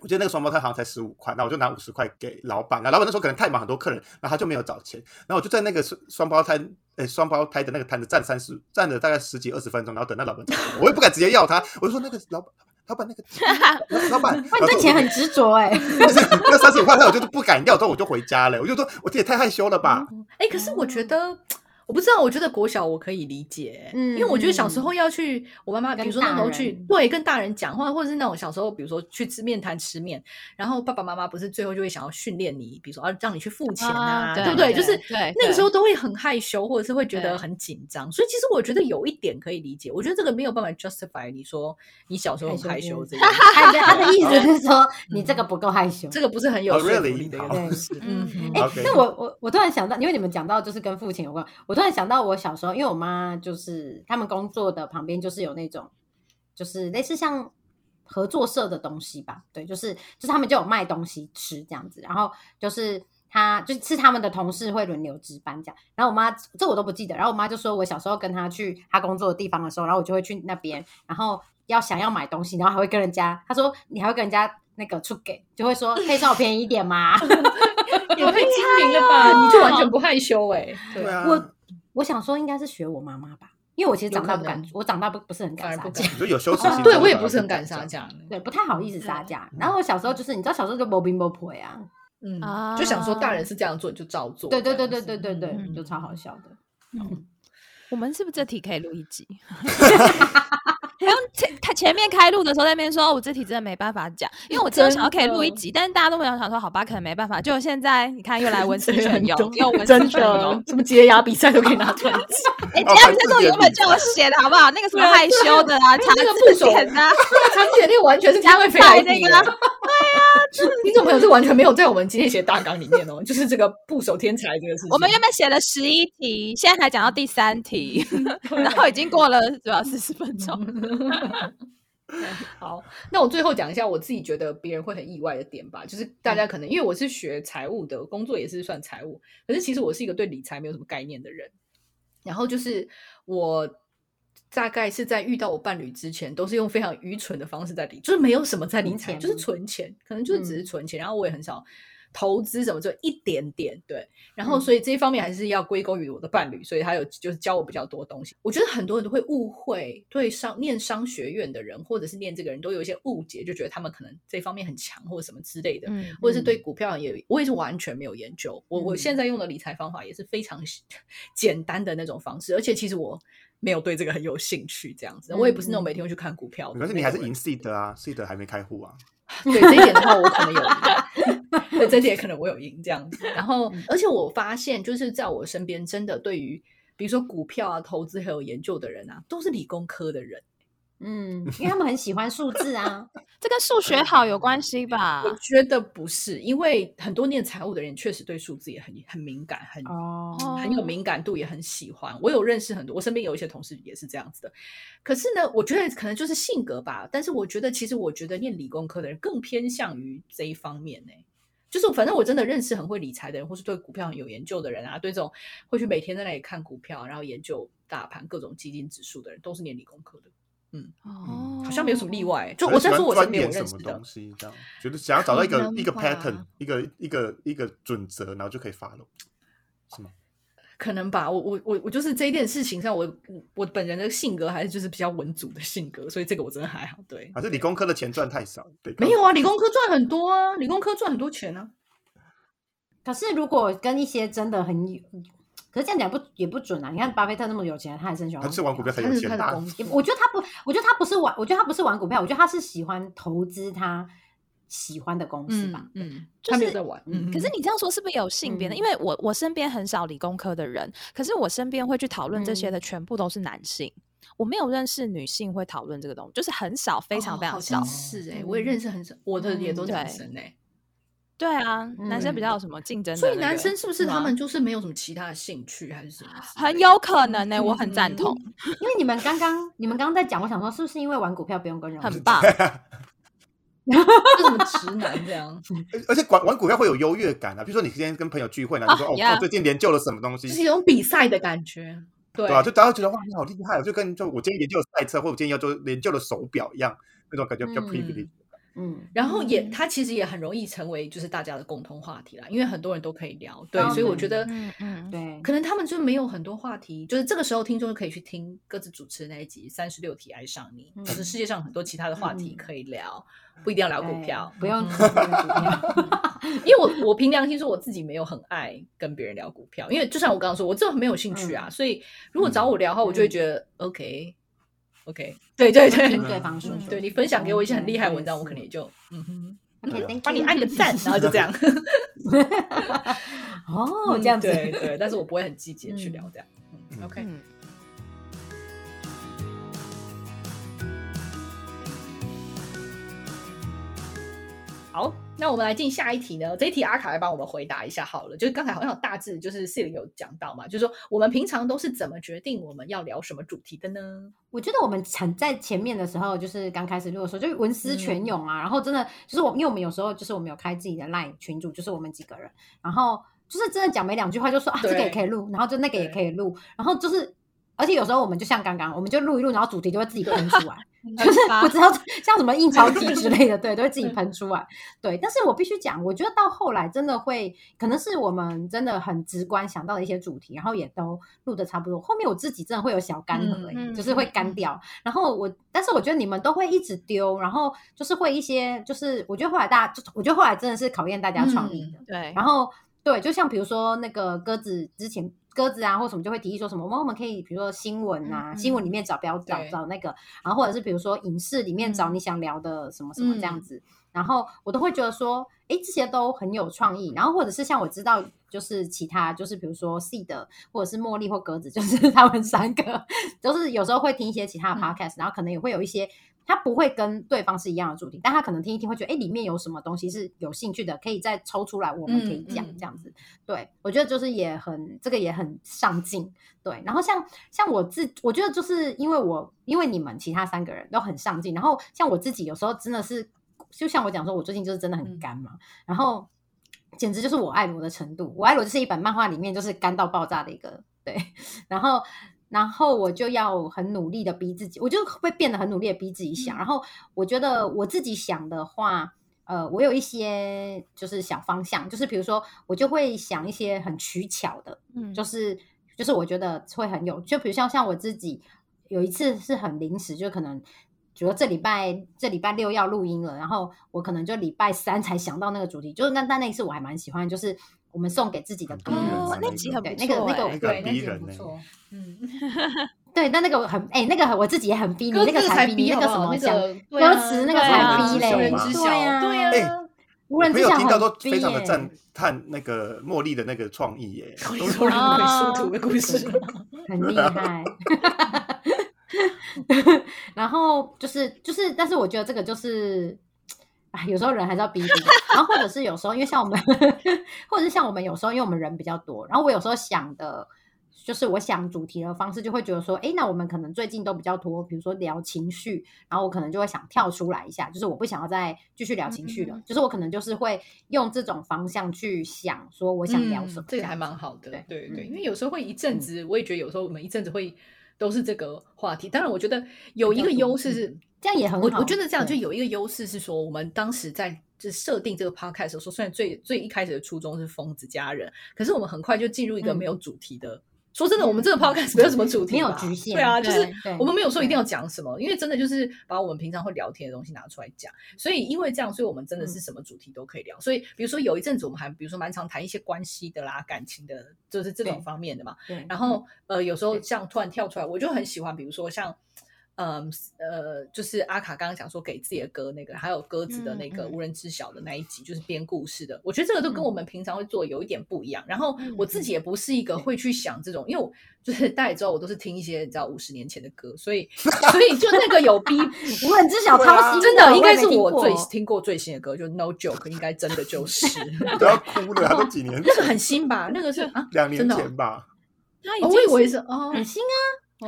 Speaker 4: 我记得那个双胞胎好像才十五块，那我就拿五十块给老板。那老板那时候可能太忙，很多客人，然后他就没有找钱。然后我就在那个双双胞胎，呃、双胞胎的那个摊子站三十，站了大概十几二十分钟，然后等那老板找我，我也不敢直接要他，我就说那个老板，老板那 个老老板，
Speaker 3: 哇，你对钱很执着 哎，
Speaker 4: 但是那三十五块钱我就是不敢要，之后我就回家了。我就说，我这也太害羞了吧？
Speaker 1: 哎、可是我
Speaker 3: 哦
Speaker 1: 觉得，我不知道，我觉得国小我可以理解，欸
Speaker 3: 嗯
Speaker 1: 因为我觉得小时候要去我妈妈，比
Speaker 3: 跟
Speaker 1: 如说那时
Speaker 3: 大
Speaker 1: 候去
Speaker 3: 人
Speaker 1: 对跟大人讲话，或者是那种小时候，比如说去吃面摊吃面，然后爸爸妈妈不是最后就会想要训练你，比如说啊让你去付钱啊，
Speaker 2: 对
Speaker 1: 不对？就是
Speaker 2: 对
Speaker 1: 那个时候都会很害羞，或者是会觉
Speaker 2: 对
Speaker 1: 得很紧张，所以其实我觉得有一点可以理解，我觉得这个没有办法 justify 你说你小时候很害
Speaker 3: 害
Speaker 1: 羞
Speaker 3: 羞
Speaker 1: 这件事， 嗯
Speaker 3: 他的他的意思是说你这个不够害羞。
Speaker 1: 这个不是很有
Speaker 4: Oh,
Speaker 1: 说服
Speaker 4: really？
Speaker 1: 力的一个
Speaker 4: 好
Speaker 1: 故事，嗯
Speaker 2: 嗯
Speaker 1: 嗯
Speaker 3: 哎、
Speaker 4: OK
Speaker 3: 那 我我我突然想到，因为你们讲到就是跟父亲有关，我突然想到我小时候，因为我妈就是他们工作的旁边就是有那种，就是类似像合作社的东西吧，对，就是就是他们就有卖东西吃这样子，然后就是他就是是他们的同事会轮流值班这样，然后我妈这我都不记得，然后我妈就说我小时候跟她去她工作的地方的时候，然后我就会去那边，然后要想要买东西，然后还会跟人家，她说你还会跟人家。那个出给就会说可以稍我便宜一点 吗？
Speaker 1: 也太精明了吧，你就完全不害羞哎、对
Speaker 4: 对啊，
Speaker 3: 我我想说应该是学我妈妈吧，因为我其实长大不
Speaker 1: 有可
Speaker 3: 敢
Speaker 1: 能，
Speaker 3: 我长大不不是很
Speaker 1: 反
Speaker 3: 敢
Speaker 1: 而
Speaker 3: 撒
Speaker 1: 不
Speaker 3: 娇
Speaker 1: 敢，。
Speaker 4: 你说有羞耻
Speaker 1: 啊
Speaker 4: 心，
Speaker 1: 对我也不是很敢撒娇呢，
Speaker 3: 对，不太好意思撒娇。然后我小时候就是，你知道小时候就磨兵磨婆呀，
Speaker 1: 嗯，
Speaker 2: 啊
Speaker 1: 就想说大人是这样做，你就照做。
Speaker 3: 对对
Speaker 1: 这
Speaker 3: 对
Speaker 1: 样
Speaker 3: 对
Speaker 1: 子
Speaker 3: 对对对，
Speaker 1: 嗯
Speaker 3: 就超好笑的。
Speaker 2: 我们是不是这题可以录一 集？然后前他前面开录的时候在那边说，哦我这题真的没办法讲，因为我真的想要可以录一集，但是大家都没有想说，好吧，可能没办法。就现在你看，又来 文思
Speaker 1: 真的
Speaker 2: 泉
Speaker 1: 很
Speaker 2: 涌
Speaker 1: 多，
Speaker 2: 又文
Speaker 1: 真
Speaker 2: 思泉涌
Speaker 1: 的，，什么解压比赛都可以拿出 来讲。
Speaker 2: 哎，
Speaker 4: 哦
Speaker 2: 这样
Speaker 4: 还
Speaker 2: 子
Speaker 4: 自
Speaker 2: 这种
Speaker 4: 己
Speaker 2: 原本
Speaker 4: 比
Speaker 2: 就有写的好不好？那个什么害羞的啊，
Speaker 1: 对
Speaker 2: 查
Speaker 1: 那个
Speaker 2: 字
Speaker 1: 不走
Speaker 2: 典 啊，
Speaker 1: 那个场景那个完全是他会飞来
Speaker 2: 那
Speaker 1: 那个，
Speaker 2: 个
Speaker 1: 对啊，听众朋友是完全没有在我们今天写大纲里面哦，就是这个部首天才这个事情。
Speaker 2: 我们原本写了十一题，现在才讲到第 三题，然后已经过了对吧四十分钟。
Speaker 1: 好，那我最后讲一下我自己觉得别人会很意外的点吧，就是大
Speaker 3: 嗯
Speaker 1: 家可能因为我是学财务的，工作也是算财务，可是其实我是一个对理财没有什么概念的人。然后就是我大概是在遇到我伴侣之前，都是用非常愚蠢的方式在理，就是没有什么在理
Speaker 3: 存
Speaker 1: 财，
Speaker 3: 钱
Speaker 1: 就是
Speaker 3: 吗
Speaker 1: 存钱，可能就是只是
Speaker 3: 嗯
Speaker 1: 存钱。然后我也很少投资什么，就一点点对。然后
Speaker 3: 嗯
Speaker 1: 所以这一方面还是要归功于我的伴侣，所以他有就是教我比较多东西。我觉得很多人都会误会对商念商学院的人，或者是念这个人都有一些误解，就觉得他们可能这方面很强或者什么之类的。
Speaker 2: 嗯，
Speaker 1: 或者是对股票也，我也是完全没有研究。我我
Speaker 3: 嗯
Speaker 1: 现在用的理财方法也是非常简单的那种方式，而且其实我没有对这个很有兴趣，这样子，我也不是那种
Speaker 3: 嗯嗯
Speaker 1: 每天会去看股票的
Speaker 4: 可
Speaker 1: 那
Speaker 4: 是
Speaker 1: 种人。
Speaker 4: 你还是赢 C 的啊，C 的还没开户啊。
Speaker 1: 对这一点的话，我可能有赢，对这一点可能我有赢这样子。然后，而且我发现，就是在我身边，真的对于比如说股票啊、投资很有研究的人啊，都是理工科的人。
Speaker 3: 嗯，因为他们很喜欢数 字啊。
Speaker 2: 这跟数学好有关系吧？
Speaker 1: 我觉得不是，因为很多念财务的人确实对数字也很很敏感，很
Speaker 3: 哦
Speaker 1: 很有敏感度，也很喜欢。我有认识很多，我身边有一些同事也是这样子的。可是呢，我觉得可能就是性格吧。但是我觉得，其实我觉得念理工科的人更偏向于这一方面呢、就是反正我真的认识很会理财的人，或是对股票很有研究的人啊，对这种会去每天在那里看股票，然后研究大盘各种基金指数的人，都是念理工科的，
Speaker 2: 哦，
Speaker 1: 嗯好像没有什么例外、欸。就
Speaker 4: 就
Speaker 1: 我在说我身
Speaker 4: 钻
Speaker 1: 边
Speaker 4: 研
Speaker 1: 我
Speaker 4: 什
Speaker 1: 认识
Speaker 4: 么
Speaker 1: 的
Speaker 4: 东，西，这样觉得想要找到一
Speaker 2: 可
Speaker 4: 个
Speaker 2: 能
Speaker 4: 一个
Speaker 2: 吧
Speaker 1: 啊
Speaker 4: pattern，一个一个一个准则，然后就可以 follow，是吗？
Speaker 1: 可能吧，我我我我就是这一件事情上，我我本人的性格还是就是比较文组的性格，所以这个我真的还好。对，
Speaker 4: 还是理工科的钱赚太少？对，
Speaker 1: 没有啊，理工
Speaker 4: 呃
Speaker 1: 科赚很多啊，理工科赚很多钱啊。
Speaker 3: 可是如果跟一些真的很有，可是这样讲不也不准啊。你看巴菲特那么有钱，他还是很喜欢
Speaker 4: 他吃完股票才
Speaker 1: 他
Speaker 4: 有
Speaker 1: 是
Speaker 4: 钱
Speaker 1: 他的
Speaker 4: 拿
Speaker 1: 工。作，
Speaker 3: 我觉得他不，我觉得他不是玩，我觉得他不是玩股票，我觉得他是喜欢投资他喜欢的公司
Speaker 1: 嗯
Speaker 3: 吧。
Speaker 1: 嗯，
Speaker 2: 就
Speaker 1: 他没有
Speaker 2: 是
Speaker 1: 在玩，
Speaker 3: 嗯
Speaker 2: 可是你这样说是不是有性别呢？
Speaker 3: 嗯
Speaker 2: 因为我我身边很少理工科的人，可是我身边会去讨论这些的全部都是男性，我没有认识女性会讨论这个东西，就是很少，非常
Speaker 1: 哦
Speaker 2: 非
Speaker 1: 好
Speaker 2: 常
Speaker 1: 像
Speaker 2: 少。
Speaker 1: 是哎，我也认识很少，我的也都是
Speaker 2: 嗯
Speaker 1: 男
Speaker 2: 对
Speaker 1: 生哎，
Speaker 2: 对啊，男生比
Speaker 3: 嗯
Speaker 2: 较有什么竞争的
Speaker 1: 所
Speaker 2: 那
Speaker 1: 以
Speaker 2: 个、
Speaker 1: 男生是不是他
Speaker 2: 吗
Speaker 1: 们就是没有什么其他的兴趣还是 什么之类的？
Speaker 2: 很有可能呢、我很
Speaker 1: 嗯
Speaker 2: 赞同，
Speaker 3: 因为你们刚刚你们刚刚在讲，我想说是不是因为玩股票不用跟人
Speaker 2: 很 棒。
Speaker 1: 啊为什么直男这 样？
Speaker 4: 而而且玩玩股票会有优越感啊，比如说你今天跟朋友聚会呢，
Speaker 2: 啊
Speaker 4: 你说哦，
Speaker 2: yeah
Speaker 4: 我最近研究了什么东
Speaker 1: 就是
Speaker 4: 西，
Speaker 1: 一种比赛的感觉，对
Speaker 4: 对啊吧、就大家觉得哇，你好厉害哦，就跟就我今天研究了赛车，或者我今天研究研究了手表一样，那种感觉比较
Speaker 3: 嗯
Speaker 4: privilege。
Speaker 3: 嗯，
Speaker 1: 然后也，
Speaker 2: 嗯
Speaker 1: 它其实也很容易成为就是大家的共同话题啦，因为很多人都可以聊，对，
Speaker 3: 当
Speaker 1: 所以我
Speaker 3: 然
Speaker 1: 觉得
Speaker 2: 嗯嗯，
Speaker 3: 对，
Speaker 1: 可能他们就没有很多话题，就是这个时候听众就可以去听各自主持那一集《三十六题爱上你》，可是
Speaker 3: 嗯
Speaker 1: 世界上很多其他的话题
Speaker 3: 嗯
Speaker 1: 可以聊，不一定要聊股
Speaker 3: 对
Speaker 1: 票，
Speaker 3: 不用
Speaker 1: 嗯
Speaker 3: 只 是玩股票。
Speaker 1: 因为我我凭良心说，我自己没有很爱跟别人聊股票，因为就像我刚刚说，我真的没有兴趣
Speaker 3: 嗯
Speaker 1: 啊，所以如果找我聊的话，我就会觉得、OK OK，对 对对。
Speaker 3: 听 对方说
Speaker 2: 嗯
Speaker 3: 说，
Speaker 1: 对你分享给我一些很厉害的文章，
Speaker 3: 嗯
Speaker 1: 我可能也就嗯哼，
Speaker 3: OK，
Speaker 1: 嗯
Speaker 3: thank
Speaker 1: 帮你
Speaker 3: you
Speaker 1: 按个赞，然后就这样。
Speaker 3: 哦，这样子，
Speaker 1: 嗯对对，但是我不会很积极地去聊这样。嗯
Speaker 4: 嗯
Speaker 1: OK，
Speaker 2: 嗯
Speaker 1: 好，那我们来进下一题呢。这一题阿卡来帮我们回答一下好了。就是刚才好像有大致就是 C 林有讲到嘛，就是说我们平常都是怎么决定我们要聊什么主题的呢？
Speaker 3: 我觉得我们很在前面的时候，就是刚开始录的时候，就是文
Speaker 1: 嗯
Speaker 3: 思泉涌啊。然后真的就是我，因为我们有时候就是我们有开自己的 LINE 群组，就是我们几个人，然后就是真的讲没两句话就说啊，这
Speaker 1: 对
Speaker 3: 个也可以录，然后就那个也
Speaker 1: 对
Speaker 3: 可以录，然后就是。而且有时候我们就像刚刚，我们就录一录，然后主题就会自己啊喷出来，就是不知道 像什么印 钞机之类的，对，都会自己喷出来。对，但是我必须讲，我觉得到后来真的会，可能是我们真的很直观想到的一些主题，然后也都录的差不多。后面我自己真的会有小干
Speaker 1: 嗯
Speaker 3: 涸、欸，
Speaker 2: 嗯
Speaker 3: 就是会
Speaker 2: 嗯
Speaker 3: 干
Speaker 2: 嗯
Speaker 3: 掉。然后我，但是我觉得你们都会一直丢，然后就是会一些，就是我觉得后来大家，就我觉得后来真的是考验大家创意的。
Speaker 2: 对，
Speaker 3: 然后对，就像比如说那个鸽子之前。鸽子啊，或什么就会提议说什么，我们我们可以比如说新闻啊，
Speaker 1: 嗯
Speaker 3: 新闻里面找标找
Speaker 1: 对
Speaker 3: 找那个，然后或者是比如说影视里面找
Speaker 1: 嗯
Speaker 3: 你想聊的什么什么这样
Speaker 1: 嗯
Speaker 3: 子，然后我都会觉得说，诶，这些都很有创意。然后或者是像我知道，就是其他就是比如说 C 的，或者是茉莉或格子，就是 他们三个，就是有时候会听一些其他
Speaker 1: 嗯
Speaker 3: 的 podcast，、然后可能也会有一些。他不会跟对方是一样的主题，但他可能听一听会觉得，诶，里面有什么东西是有兴趣的，可以再抽出来，我们可以
Speaker 1: 嗯
Speaker 3: 讲、
Speaker 1: 嗯
Speaker 3: 这样子。对我觉得就是也很这个也很上进，对，然后像像我自，我觉得就是因为我因为你们其他三个人都很上进，然后像我自己有时候真的是，就像我讲说，我最近就是真的很
Speaker 1: 嗯
Speaker 3: 干嘛，然后简直就是我爱罗的程度，我爱罗就是一本漫画里面就是干到爆炸的一个对，然后然后我就要很努力的逼自己，我就会变得很努力的逼自己想，然后我觉得我自己想的话。呃，我有一些就是小方向，就是比如说，我就会想一些很取巧的，
Speaker 2: 嗯
Speaker 3: 就是就是我觉得会很有，就比如像像我自己有一次是很临时，就可能比如说这礼拜这礼拜六要录音了，然后我可能就礼拜三才想到那个主题，就是那但那一次我还蛮喜欢，就是我们送给自己的歌
Speaker 4: 逼人
Speaker 2: 哦
Speaker 4: 啊，
Speaker 2: 那
Speaker 4: 那
Speaker 2: 集
Speaker 4: 个
Speaker 2: 很
Speaker 3: 对
Speaker 2: 不
Speaker 3: 那个
Speaker 2: 错
Speaker 3: 那个
Speaker 2: 欸
Speaker 4: 那
Speaker 1: 对，
Speaker 4: 个很
Speaker 1: 那
Speaker 4: 逼
Speaker 1: 集很
Speaker 4: 人
Speaker 1: 不
Speaker 4: 呢。
Speaker 1: 错。嗯，
Speaker 3: 对，但那个很哎、那个很我自己也很逼你，
Speaker 1: 歌
Speaker 3: 那个
Speaker 1: 这
Speaker 3: 才逼
Speaker 1: 逼
Speaker 3: 你，
Speaker 1: 好
Speaker 3: 那
Speaker 1: 不
Speaker 3: 个什
Speaker 1: 好
Speaker 3: 么
Speaker 1: 那
Speaker 3: 想
Speaker 1: 个对
Speaker 3: 歌
Speaker 1: 啊
Speaker 3: 词那
Speaker 1: 对
Speaker 3: 个
Speaker 1: 啊
Speaker 3: 才逼嘞，
Speaker 4: 无
Speaker 1: 无人知晓，
Speaker 3: 对啊呀、
Speaker 1: 对啊呀、
Speaker 4: 哎
Speaker 3: 无人
Speaker 4: 没
Speaker 3: 知
Speaker 4: 有
Speaker 3: 晓
Speaker 4: 听到
Speaker 3: 很
Speaker 4: 都
Speaker 3: 逼
Speaker 4: 非常的
Speaker 3: 耶
Speaker 4: 赞叹那个茉莉的那个创意耶，
Speaker 1: 我说人鬼殊途的故事，
Speaker 3: 很厉害。 然后就是就是，但是我觉得这个就是，哎，有时候人还是要逼自己。然后或者是有时候，因为像我们， 或者是像我们有时候，因为我们人比较多，然后我有时候想的。就是我想主题的方式，就会觉得说，哎，那我们可能最近都比较多，比如说聊情绪，然后我可能就会想跳出来一下，就是我不想要再继续聊情绪
Speaker 1: 嗯
Speaker 3: 了，就是我可能就是会用这种方向去想，说我
Speaker 1: 我
Speaker 3: 想聊什么、
Speaker 1: 嗯这个
Speaker 3: 样
Speaker 1: 还
Speaker 3: 子
Speaker 1: 蛮好的。
Speaker 3: 对
Speaker 1: 对对，
Speaker 3: 嗯
Speaker 1: 因为有时候会一阵
Speaker 3: 嗯
Speaker 1: 子，我也觉得有时候我们一阵子会都是这个话题。当然，我觉得有一
Speaker 3: 比较
Speaker 1: 个
Speaker 3: 多
Speaker 1: 优势
Speaker 3: 嗯
Speaker 1: 是，
Speaker 3: 这样也很好。
Speaker 1: 我我觉得这样就
Speaker 3: 对
Speaker 1: 有一个优势是说，我们当时在就设定这个 podcast 的时候，虽然最最一开始的初衷是疯子家人，可是我们很快就进入一个
Speaker 3: 嗯
Speaker 1: 没有主题的。说真的，我们这个 podcast 没有什么主题吧，
Speaker 3: 没有局限
Speaker 1: 对啊，就是
Speaker 2: 对
Speaker 3: 对
Speaker 1: 我们没有说一定要讲什么，因为真的就是把我们平常会聊天的东西拿出来讲。所以因为这样，所以我们真的
Speaker 3: 嗯
Speaker 1: 是什么主题都可以聊。所以比如说有一阵子我们还比如说蛮常谈一些关系的啦、感情的，就是这种
Speaker 3: 对
Speaker 1: 方面的嘛。
Speaker 3: 对
Speaker 1: 然后呃，有时候
Speaker 3: 对
Speaker 1: 像突然跳出来，我就很喜欢，比如说像嗯呃，就是阿卡刚刚讲说给自己的歌那个，还有鸽子的那
Speaker 2: 嗯
Speaker 1: 个
Speaker 2: 嗯
Speaker 1: 无人知晓的那一集，就是编故事的。我觉得这个都跟
Speaker 3: 嗯
Speaker 1: 我们平常会做有一点不一样。然后我自己也不是一个会去想这种，因为我就是大家也知道，我都是听一些你知道五十年前的歌，所以所以就那个有逼
Speaker 3: 无人知晓
Speaker 4: 对
Speaker 3: 超
Speaker 4: 啊
Speaker 3: 新，
Speaker 1: 真的应该是
Speaker 3: 我也没听
Speaker 1: 我最
Speaker 3: 过
Speaker 1: 听过最新的歌，就是 No Joke，应该真的就是
Speaker 4: 不要哭了，他都几年
Speaker 1: 那 个很新吧？那个是啊，
Speaker 4: 两年
Speaker 1: 真的哦
Speaker 4: 前吧，
Speaker 2: 他已
Speaker 1: 哦
Speaker 2: 经
Speaker 1: 我以为
Speaker 2: 是
Speaker 1: 是哦，
Speaker 3: 很新啊，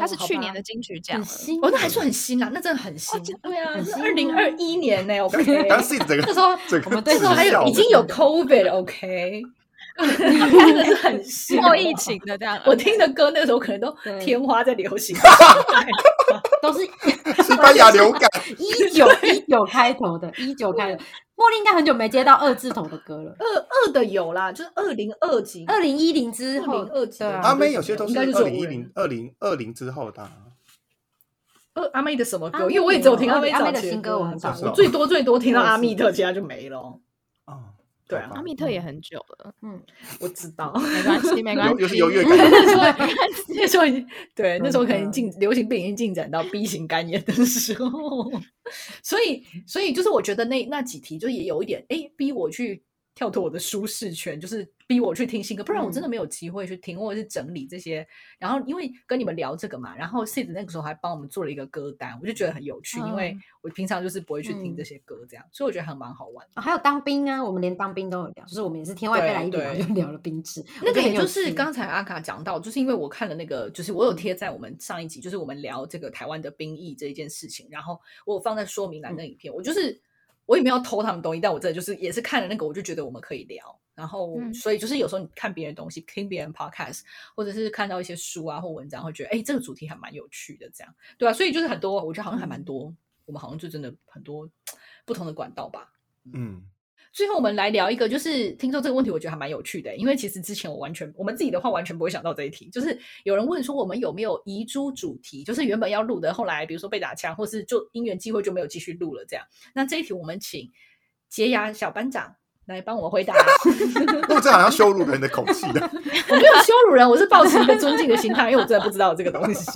Speaker 2: 他是
Speaker 1: 哦好
Speaker 2: 去
Speaker 1: 吧
Speaker 2: 年的金曲奖
Speaker 3: 很
Speaker 2: 了，
Speaker 3: 新
Speaker 1: 哦，那还
Speaker 4: 嗯
Speaker 1: 算很新啦，那真的很新
Speaker 2: 哦真。
Speaker 1: 对啊，
Speaker 3: 很
Speaker 1: 是
Speaker 3: 新
Speaker 1: 二零二一年呢，OK。
Speaker 4: 当时整
Speaker 1: 那
Speaker 4: 个
Speaker 1: 时候
Speaker 4: 整个
Speaker 3: 我们对
Speaker 1: 那时候还有已经有 COVID，OK。真的是很新。啊
Speaker 2: 后疫情的这样。嗯
Speaker 1: 我听的歌那时候可能都
Speaker 3: 对
Speaker 1: 天花在流 行的时代。
Speaker 3: 都是
Speaker 4: 西班牙流感，
Speaker 3: 一九一九开头的，一九开头。茉莉应该很久没接到二字头的歌了，
Speaker 1: 二二的有啦，就是二零二几。
Speaker 3: 二零一零之后，
Speaker 1: 2020
Speaker 3: 对啊，
Speaker 4: 阿妹有些都
Speaker 1: 应
Speaker 4: 是
Speaker 1: 该就是
Speaker 4: 二
Speaker 1: 我
Speaker 4: 零一
Speaker 1: 无
Speaker 4: 零
Speaker 1: 人、
Speaker 4: 二零二零之后的啊、
Speaker 1: 呃，阿妹的什么
Speaker 3: 阿
Speaker 1: 歌？
Speaker 3: 妹
Speaker 1: 因为我也只有听
Speaker 3: 有
Speaker 1: 阿妹
Speaker 3: 阿妹
Speaker 1: 早
Speaker 3: 的
Speaker 1: 期
Speaker 3: 新歌
Speaker 1: 歌
Speaker 3: 我
Speaker 1: 啊
Speaker 3: 很少
Speaker 1: 我
Speaker 4: 听
Speaker 1: 最多最多听到
Speaker 3: 我也
Speaker 1: 阿
Speaker 3: 是
Speaker 1: 密特，其他就没了。
Speaker 4: 哦，
Speaker 1: 对
Speaker 4: 好
Speaker 1: 啊
Speaker 4: 吧
Speaker 2: 阿密特也很久了，
Speaker 3: 嗯，
Speaker 1: 我知道，
Speaker 2: 没关系，没关
Speaker 4: 有
Speaker 2: 系，
Speaker 4: 有是优越感，
Speaker 1: 那时候 那时候已经对那时候可能已
Speaker 3: 真
Speaker 1: 经进流行病已经进展到 B 型肝炎的时候，所以所以就是我觉得那那几题就也有一点哎逼我去跳脱我的舒适圈，就是逼我去听新歌，不然我真的没有机会去听或者是整理这些。然后因为跟你们聊这个嘛，然后 Sid 那个时候还帮我们做了一个歌单，我就觉得很有趣，因为
Speaker 2: 嗯
Speaker 1: 我平常就是不会去听
Speaker 3: 嗯
Speaker 1: 这些歌这样，所以我觉得还蛮好玩的。
Speaker 3: 哦还有当兵啊，我们连当兵都有聊，就是我们也是天外飞来一笔，
Speaker 1: 对
Speaker 3: 然后
Speaker 1: 对
Speaker 3: 就聊了兵制，
Speaker 1: 那个
Speaker 3: 我觉得
Speaker 1: 也
Speaker 3: 很有
Speaker 1: 就是
Speaker 3: 趣
Speaker 1: 刚才阿卡讲到，就是因为我看了那个，就是我有贴在我们上一集，就是我们聊这个台湾的兵役这一件事情，然后我有放在说明栏
Speaker 3: 嗯
Speaker 1: 的影片，我就是我也没有偷他们东西，但我真的就是也是看了那个，我就觉得我们可以聊，然后
Speaker 2: 嗯
Speaker 1: 所以就是有时候你看别人的东西，听别人 podcast，或者是看到一些书啊或文章，会觉得哎这个主题还蛮有趣的，这样对啊，所以就是很多，我觉得好像还
Speaker 3: 嗯
Speaker 1: 蛮多，我们好像就真的很多不同的管道吧，
Speaker 4: 嗯，
Speaker 1: 最后我们来聊一个，就是听说这个问题，我觉得还蛮有趣的，欸因为其实之前我完全我们自己的话完全不会想到这一题，就是有人问说我们有没有遗珠主题，就是原本要录的，后来比如说被打枪，或是就因缘机会就没有继续录了这样。那这一题我们请洁牙小班长来帮我回答，
Speaker 4: 那这好像羞辱人的口气啊，
Speaker 1: 我没有羞辱人，我是抱持一个尊敬的心态，因为我真的不知道这个东西。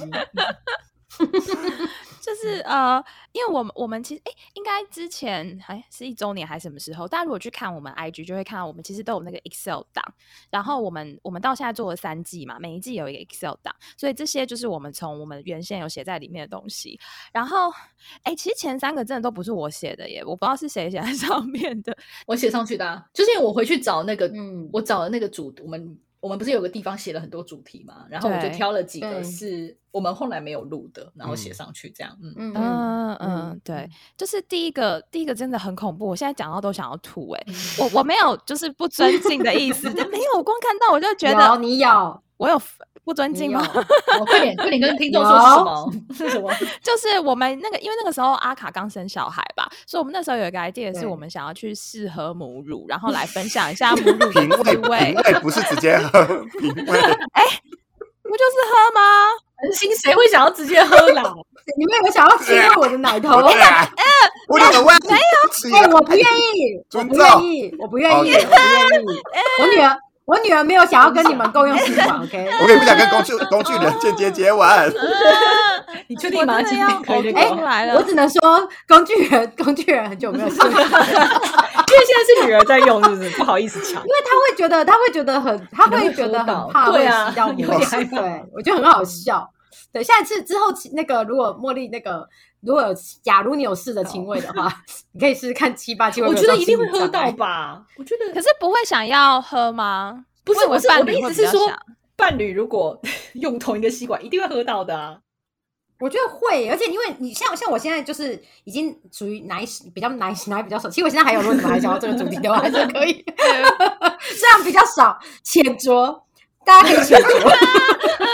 Speaker 2: 就是呃，因为我们我们其实哎，应该之前还是一周年还是什么时候？大家如果去看我们 IG，就会看到我们其实都有那个 Excel 档，然后我们我们到现在做了三季嘛，每一季有一个 Excel 档，所以这些就是我们从我们原先有写在里面的东西。然后哎，其实前三个真的都不是我写的耶，我不知道是谁写在 上面的。
Speaker 1: 我写上去的、啊，就是因为我回去找那个，
Speaker 3: 嗯
Speaker 1: 我找了那个主，我们我们不是有个地方写了很多主题嘛，然后我就
Speaker 2: 对
Speaker 1: 挑了几个
Speaker 3: 对
Speaker 1: 是我们后来没有录的，然后写
Speaker 4: 嗯
Speaker 1: 上去这样，嗯。
Speaker 3: 嗯嗯
Speaker 2: 嗯嗯，对，就是第一个，第一个真的很恐怖，我现在讲到都想要吐哎、我我没有就是不尊敬的意思，但没有，我光看到我就觉
Speaker 3: 有
Speaker 2: 得
Speaker 3: 你有
Speaker 2: 我有不尊
Speaker 3: 你
Speaker 2: 敬
Speaker 3: 有
Speaker 2: 吗？
Speaker 1: 我快点，快点跟听众说是什 么？是什么？
Speaker 2: 就是我们那个，因为那个时候阿卡刚生小孩吧，所以我们那时候有一个 idea 是
Speaker 3: 对
Speaker 2: 我们想要去试喝母乳， 然后来分享一下母乳的
Speaker 4: 品味
Speaker 2: 滋味
Speaker 4: 品。味不是直接喝品味，
Speaker 2: 不就是喝吗？
Speaker 1: 恒心谁会想要直接喝啦？
Speaker 3: 你们有想要亲吻我的奶头？
Speaker 4: 我对啊，我有个问题，
Speaker 3: 哎、
Speaker 4: 没
Speaker 3: 我不愿意，我
Speaker 4: 尊
Speaker 3: 不
Speaker 4: 重
Speaker 3: 愿意，我不愿意，我不
Speaker 4: 哦
Speaker 3: 愿意。我女
Speaker 1: 哎
Speaker 3: 儿，我女儿没有想要跟你们共用厨房，OK？
Speaker 4: 我也不想跟工具工具人间接接吻，
Speaker 1: 你确定吗？
Speaker 2: 我真
Speaker 1: 今
Speaker 2: 的要哦
Speaker 1: 天可以这
Speaker 2: 呕
Speaker 1: 个
Speaker 2: 吐
Speaker 1: 吗？
Speaker 2: 出来
Speaker 3: 我
Speaker 2: 了。
Speaker 3: 只能说，工具人，工具人很久没有吃过，因为
Speaker 1: 因
Speaker 2: 哎
Speaker 1: 为现在是女儿在用，是不是？不好意思抢。
Speaker 3: 他会觉得，他会觉得很，他会觉得很怕
Speaker 1: 对
Speaker 3: 会
Speaker 1: 啊
Speaker 3: 吸到母
Speaker 1: 有
Speaker 3: 乳
Speaker 1: 点害怕
Speaker 3: 对，我觉得很好笑。对，下一次之后，那个如果茉莉那个，如果有假如你有试着亲喂的话，你可以试试看七八七味。
Speaker 1: 我觉得一定会喝到吧？我觉得
Speaker 2: 可是不会想要喝吗？
Speaker 1: 不是，
Speaker 2: 因为
Speaker 1: 我是
Speaker 2: 伴
Speaker 1: 我的
Speaker 2: 侣
Speaker 1: 意
Speaker 2: 会
Speaker 1: 思
Speaker 2: 比
Speaker 1: 是
Speaker 2: 较
Speaker 1: 说
Speaker 2: 想，
Speaker 1: 伴侣如果 用同一个吸管，一定会喝到的啊。
Speaker 3: 我觉得会，而且因为你像像我现在就是已经属于奶屎比较奶屎奶比较少，其实我现在还有，如果你们还想要这个主题的话，还是可以， 虽然比较少，浅酌，大家可以浅酌，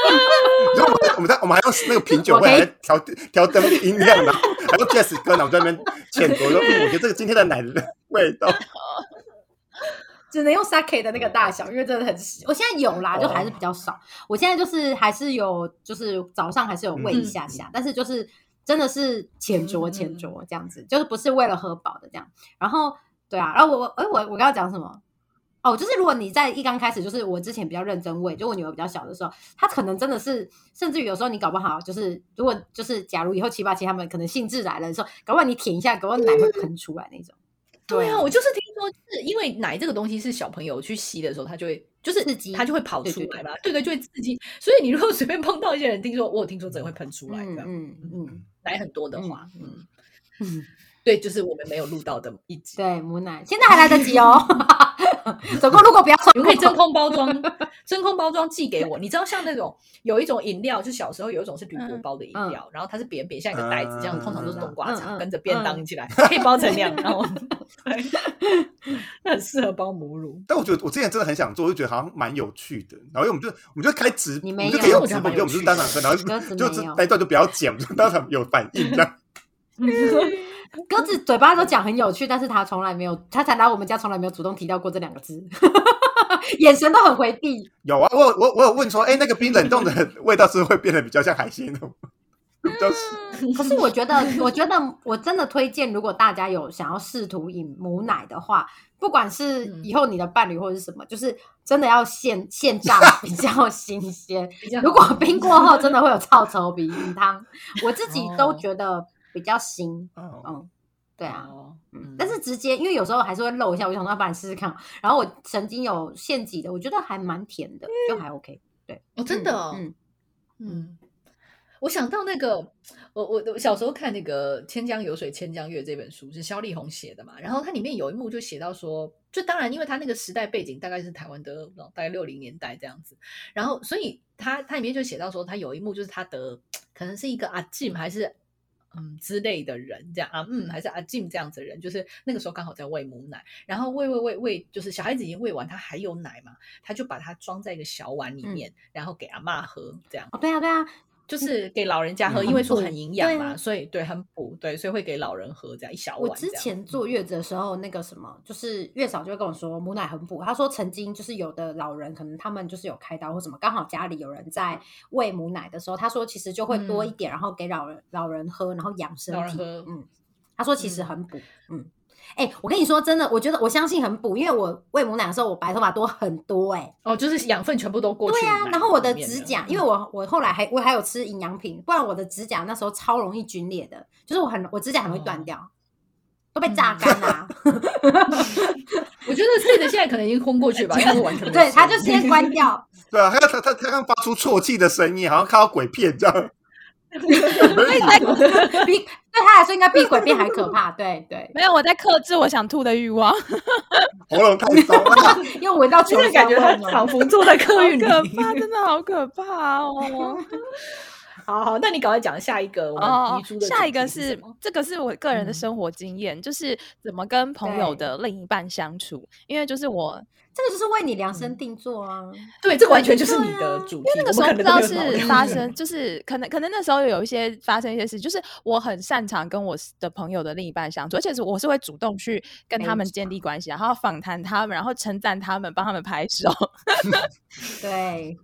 Speaker 4: 然后我们在我们还用那个品酒会
Speaker 3: 我可以
Speaker 4: 来调调灯音量，然后还用 Jazz 歌，然后在那边浅酌说，嗯我觉得这个今天的奶的味道，
Speaker 3: 只能用 sake 的那个
Speaker 1: 嗯
Speaker 3: 大小，因为真的很少。我现在有
Speaker 1: 哦
Speaker 3: 啦，就还是比较少。我现在就是还是有，就是早上还是有喂一下下，但是就是真的是浅酌
Speaker 1: 嗯
Speaker 3: 浅酌这样子，就是不是为了喝饱的这样。然后对啊，然后我我哎我我刚刚讲什么？哦，就是如果你在一刚开始，就是我之前比较认真喂，就我女儿比较小的时候，她可能真的是，甚至于有时候你搞不好就是，如果就是假如以后七八七他们可能兴致来了的时候，搞不好你舔一下，搞不好奶会喷出来那种。
Speaker 1: 对啊，我就是听说，就是因为奶这个东西是小朋友去吸的时候，它就会就是
Speaker 3: 刺激
Speaker 1: 它就会跑
Speaker 3: 对
Speaker 1: 出
Speaker 3: 对
Speaker 1: 来嘛，对对，就会刺激。所以你如果随便碰到一些人，听说我有听说真的会喷出来
Speaker 3: 嗯
Speaker 1: 的，
Speaker 3: 嗯嗯
Speaker 1: 奶很多的话，嗯，
Speaker 3: 嗯，
Speaker 1: 对，就是我们没有录到的一集。
Speaker 3: 对，母奶现在还来得及哦。 总共如果不要说，
Speaker 1: 你们可以真空包 装，真空包装寄给我。你知道像那种有一种饮料，就小时候有一种是铝箔
Speaker 2: 嗯
Speaker 1: 包的饮
Speaker 3: 嗯
Speaker 1: 料，然后它是扁扁像一个袋子，这样
Speaker 4: 嗯
Speaker 1: 通常都是冬瓜
Speaker 3: 嗯
Speaker 1: 茶，
Speaker 3: 嗯
Speaker 1: 跟着便当
Speaker 3: 嗯
Speaker 1: 一 起来，可以包成两样。对， 那很适合包母乳。
Speaker 4: 但我觉得我之前真的很想做，我就觉得好像蛮有趣的。然后因为我们就我们就开直，
Speaker 3: 你
Speaker 4: 我
Speaker 3: 没
Speaker 4: 们就
Speaker 3: 有
Speaker 4: 可以用
Speaker 1: 我觉
Speaker 4: 直
Speaker 1: 得
Speaker 4: 播，
Speaker 1: 蛮
Speaker 4: 因为我们
Speaker 1: 有
Speaker 4: 是当场
Speaker 1: 趣
Speaker 4: 分，然后
Speaker 3: 鸽子
Speaker 4: 就
Speaker 3: 没
Speaker 4: 是
Speaker 3: 有
Speaker 4: 那一段就不要剪，我们就当场有反应这样。
Speaker 3: 鸽子嘴巴都讲很有趣，但是他从来没有，他才来我们家，从来没有主动提到过这两个字， 眼神都很回避。
Speaker 4: 有啊，我有我我有问说，哎、那个冰冷冻的味道是不是会变得比较像海鲜的吗，比较
Speaker 3: 可是我觉得，我觉得我真的推荐，如果大家有想要试图饮母奶的话，不管是
Speaker 1: 嗯
Speaker 3: 以后你的伴侣或者是什么，就是真的要现现榨比较新 鲜。
Speaker 1: 比较
Speaker 3: 如
Speaker 1: 好
Speaker 3: 果冰过后，真的会有臭臭鼻饮汤，我自己
Speaker 1: 哦
Speaker 3: 都觉得比较新。
Speaker 4: 哦，
Speaker 3: 嗯，对啊。
Speaker 1: 哦
Speaker 3: 嗯，但是直接，因为有时候还是会漏一下，我就想说，啊不然试试看。然后我曾经有现挤的，我觉得还蛮甜的，就还 OK。
Speaker 1: 哦，真的哦，
Speaker 3: 嗯，
Speaker 1: 嗯，我想到那个，我我我小时候看那个《千江有水千江月》这本书是萧丽红写的嘛，然后它里面有一幕就写到说，就当然因为它那个时代背景大概是台湾的哦大概六零年代这样子，然后所以它它里面就写到说，它有一幕就是他的可能是一个阿进还是。嗯，之类的人这样啊，嗯，还是阿进这样子的人，就是那个时候刚好在喂母奶，然后喂喂喂喂，就是小孩子已经喂完，他还有奶嘛，他就把它装在一个小碗里
Speaker 3: 嗯
Speaker 1: 面，然后给阿嬷喝，这样。
Speaker 3: 哦，对啊，对啊，
Speaker 1: 就是给老人家喝，
Speaker 4: 嗯
Speaker 1: 因为说
Speaker 3: 很
Speaker 1: 很
Speaker 3: 补
Speaker 1: 营养
Speaker 3: 对
Speaker 1: 嘛，
Speaker 3: 啊
Speaker 1: 所以对很补，对，所以会给老人喝这样一小
Speaker 3: 我
Speaker 1: 碗这
Speaker 3: 之
Speaker 1: 样。嗯
Speaker 3: 前坐月子的时候，那个什么，就是月嫂就会跟我说母奶很补。她说曾经就是有的老人，可能他们就是有开刀或什么，刚好家里有人在喂母奶的时候，她说其实就会多一点，然后给老人老人喝，然后养身
Speaker 1: 嗯老人
Speaker 3: 体
Speaker 1: 喝。
Speaker 3: 嗯，她说其实很补。嗯，哎、我跟你说真的，我觉得我相信很补，因为我喂母奶的时候，我白头发多很多、哎。
Speaker 1: 哦，就是养分全部都过去
Speaker 3: 对
Speaker 1: 奶里面
Speaker 3: 啊，
Speaker 1: 了。嗯
Speaker 3: 然后我的指甲，因为
Speaker 1: 我
Speaker 3: 我我后来还我还有吃营养品，不然我的指甲那时候超容易皲裂的，就是我很我指甲很容易
Speaker 1: 哦
Speaker 3: 断掉，都被
Speaker 1: 嗯
Speaker 3: 榨干啦、啊
Speaker 1: 我觉得这个现在可能已经昏过去吧，他是完全没
Speaker 3: 对，
Speaker 1: 事
Speaker 3: 他就先关掉，
Speaker 4: 对啊，他他他他刚发出啜泣的声音，好像看到鬼片这样。哎
Speaker 2: 所以在
Speaker 3: 比对他来说应该比鬼片还可怕。对 对，
Speaker 2: 没有我在克制我想吐的 欲望，
Speaker 4: 喉咙太烧了，
Speaker 3: 又闻到
Speaker 1: 就
Speaker 3: 酒
Speaker 1: 是
Speaker 3: 香
Speaker 1: 感觉
Speaker 3: 味
Speaker 1: 他
Speaker 3: 了
Speaker 1: 仿。佛坐在
Speaker 2: 好
Speaker 1: 客运里。
Speaker 2: 可怕，真的好可怕 哦！
Speaker 1: 好好，那你赶快讲下一个我们
Speaker 2: 哦
Speaker 1: 遗珠，的
Speaker 2: 下
Speaker 1: 主
Speaker 2: 一个
Speaker 1: 题是什
Speaker 2: 是
Speaker 1: 么
Speaker 2: 这个是我个人的
Speaker 1: 嗯
Speaker 2: 生活经验，就是怎么跟朋友的另一半相处，因为就是我
Speaker 3: 这个就是为你量
Speaker 1: 嗯
Speaker 3: 身定做啊，
Speaker 1: 对，这完全就是你的
Speaker 3: 对啊
Speaker 1: 主题。
Speaker 2: 因为那个时
Speaker 1: 我
Speaker 2: 候
Speaker 1: 们
Speaker 2: 不
Speaker 1: 可
Speaker 2: 知
Speaker 1: 能
Speaker 2: 道
Speaker 1: 都没有
Speaker 2: 是
Speaker 1: 讨
Speaker 2: 发
Speaker 1: 论
Speaker 2: 生，就是可能可能那时候有一些发生一些事，就是我很擅长跟我的朋友的另一半相处，而且是我是会主动去跟他们建立关系，然后访谈他们，然后称赞他们，帮他们拍手。
Speaker 3: 对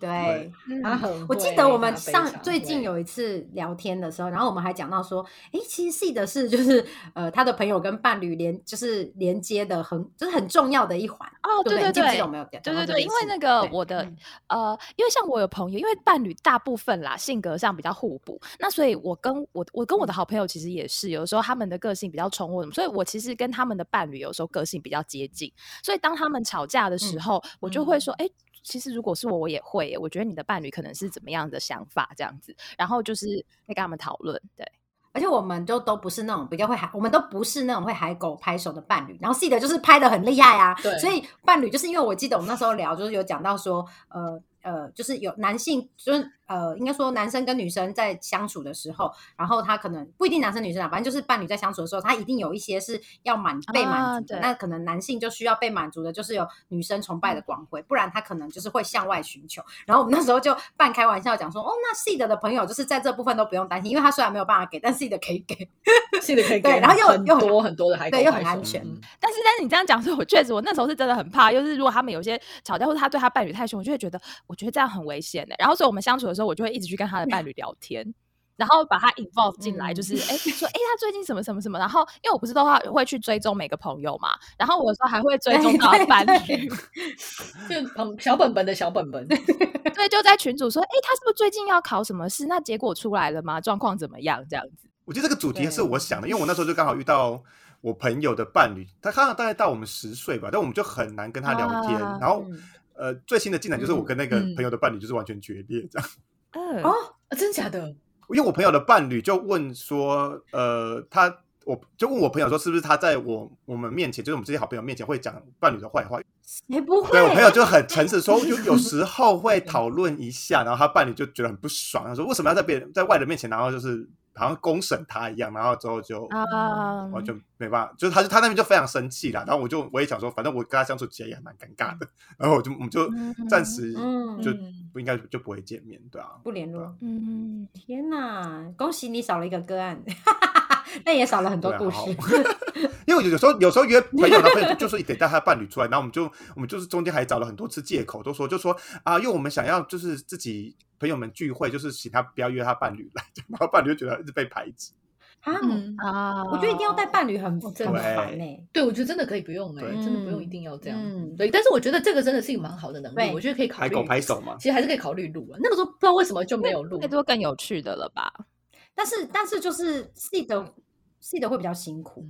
Speaker 3: 对
Speaker 4: 对。
Speaker 3: 嗯
Speaker 1: 他很
Speaker 3: 我记
Speaker 1: 会
Speaker 3: 得我们
Speaker 1: 他非
Speaker 3: 上
Speaker 1: 常
Speaker 3: 最近
Speaker 1: 会
Speaker 3: 有一次聊天的时候，然后我们还讲到说，诶，其实 C 的是就是呃，他的朋友跟伴侣连就是连接的很就是很重要的一环，
Speaker 2: 哦，
Speaker 3: 对不
Speaker 2: 对
Speaker 3: 你记不记
Speaker 2: 对
Speaker 3: 得我。们有讲
Speaker 2: 对
Speaker 3: 到
Speaker 2: 对
Speaker 3: 这
Speaker 2: 对，因
Speaker 3: 件
Speaker 2: 为
Speaker 3: 事
Speaker 2: 那个
Speaker 3: 对
Speaker 2: 我的、
Speaker 3: 嗯
Speaker 2: 呃，因为像我有朋友，因为伴侣大部分啦性格上比较互补，那所以我跟我我跟我
Speaker 3: 嗯
Speaker 2: 的好朋友其实也是，有时候他们的个性比较冲或什么，所以我其实跟他们的伴侣有时候个性比较接近，所以当他们吵架
Speaker 3: 嗯
Speaker 2: 的时候，我就会说，哎、其实如果是我，我也会耶。我觉得你的伴侣可能是怎么样的想法这样子，然后就是会跟他们讨论。对，
Speaker 3: 而且我们就都不是那种比较会海，我们都不是那种会海狗拍手的伴侣。然后 C 的就是拍的很厉害啊，
Speaker 1: 对
Speaker 3: 所以伴侣就是因为我记得我们那时候聊，就是有讲到说，呃呃，就是有男性，就是呃，应该说男生跟女生在相处的时候，然后他可能不一定男生女生啊，反正就是伴侣在相处的时候，他一定有一些是要满被满足的。
Speaker 2: 啊对
Speaker 3: 那可能男性就需要被满足的，就是有女生崇
Speaker 2: 嗯
Speaker 3: 拜的光辉，不然他可能就是会向外寻求。然后我们那时候就半开玩笑讲说，哦，那 seed 的朋友就是在这部分都不用担心，因为他虽然没有办法给，但 seed 可以给，
Speaker 1: 记得可以
Speaker 3: 对
Speaker 1: 给
Speaker 3: 然后又
Speaker 1: 很
Speaker 3: 又很
Speaker 1: 多很多的海
Speaker 3: 对
Speaker 1: 狗
Speaker 3: 又
Speaker 1: 拍
Speaker 3: 很安
Speaker 1: 手
Speaker 3: 全
Speaker 1: 嗯
Speaker 2: 但是，但是你这样讲，所以我确实，我那时候是真的很怕。就是如果他们有些吵架，或者他对他伴欸侣太凶，我就会觉得，我觉得这样很危险的、然后，所以我们相处的时候，我就会一直去跟他的伴侣聊天。然后把他
Speaker 4: 嗯
Speaker 2: involve 进来，就是哎、诶说哎、诶他最近什么什么什么，然后因为我不是都会会去追踪每个朋友嘛，然后我有时候还会追踪到
Speaker 3: 对对
Speaker 2: 伴
Speaker 3: 对
Speaker 2: 侣，
Speaker 1: 就旁小本本的小本本，
Speaker 2: 对，就在群主说哎、诶他是不是最近要考什么试？那结果出来了吗？状况怎么样？这样子，
Speaker 4: 我觉得这个主题
Speaker 3: 对
Speaker 4: 是我想的，因为我那时候就刚好遇到我朋友的伴侣，他刚好大概大我们十岁吧，但我们就很难跟他聊天。
Speaker 2: 啊
Speaker 4: 然后
Speaker 3: 嗯，
Speaker 4: 呃，最新的进展就是我跟那个朋友的伴侣就是完全决裂这样，
Speaker 2: 嗯、
Speaker 3: 哦
Speaker 1: 啊真假的？
Speaker 4: 因为我朋友的伴侣就问说，呃，他我就问我朋友说，是不是他在我我们面前，就是我们这些好朋友面前会讲伴侣的坏话？
Speaker 3: 哎，不会，
Speaker 4: 对我朋友就很诚实说，就有时候会讨论一下，然后他伴侣就觉得很不爽，他说为什么要在别人在外人面前，然后就是好像公审他一样，然后之后就
Speaker 3: 嗯
Speaker 2: 啊，
Speaker 4: 完全没办法，哦就是他就他那边就非常生气啦。然后我就我也想说，反正我跟他相处起来也还蛮尴尬的，然后我就我们就暂时
Speaker 3: 嗯
Speaker 4: 就
Speaker 1: 嗯
Speaker 4: 不应该就不会见面，对啊。
Speaker 3: 不联络。
Speaker 2: 嗯，
Speaker 3: 天哪，恭喜你少了一个个案， 那也少了很多
Speaker 4: 对啊
Speaker 3: 故
Speaker 4: 好
Speaker 3: 事。
Speaker 4: 因为有有时候有时候约朋友，男朋友就是得带他伴侣出来，然后我们就我们就是中间还找了很多次借口，都说就说啊，因为我们想要就是自己朋友们聚会，就是请他不要约他伴侣来，然后伴侣就觉得一直被排 挤。
Speaker 3: 啊，
Speaker 1: 嗯，
Speaker 2: 啊，
Speaker 3: 我觉得一定要带伴侣很
Speaker 1: 哦
Speaker 3: 很
Speaker 1: 真的
Speaker 3: 烦欸呢。
Speaker 1: 对，我觉得真的可以不用哎、
Speaker 4: 对
Speaker 1: 真的不用
Speaker 3: 嗯
Speaker 1: 一定要这样。
Speaker 3: 嗯
Speaker 1: 对，但是我觉得这个真的是一个蛮好的能力，
Speaker 3: 对
Speaker 1: 我觉得可以考虑。
Speaker 4: 拍狗拍手嘛，
Speaker 1: 其实还是可以考虑录啊。那个时候不知道为什么就没有录
Speaker 2: 太，多更有趣的了吧？
Speaker 3: 但是但是就是 C 的 C 的会比较辛苦，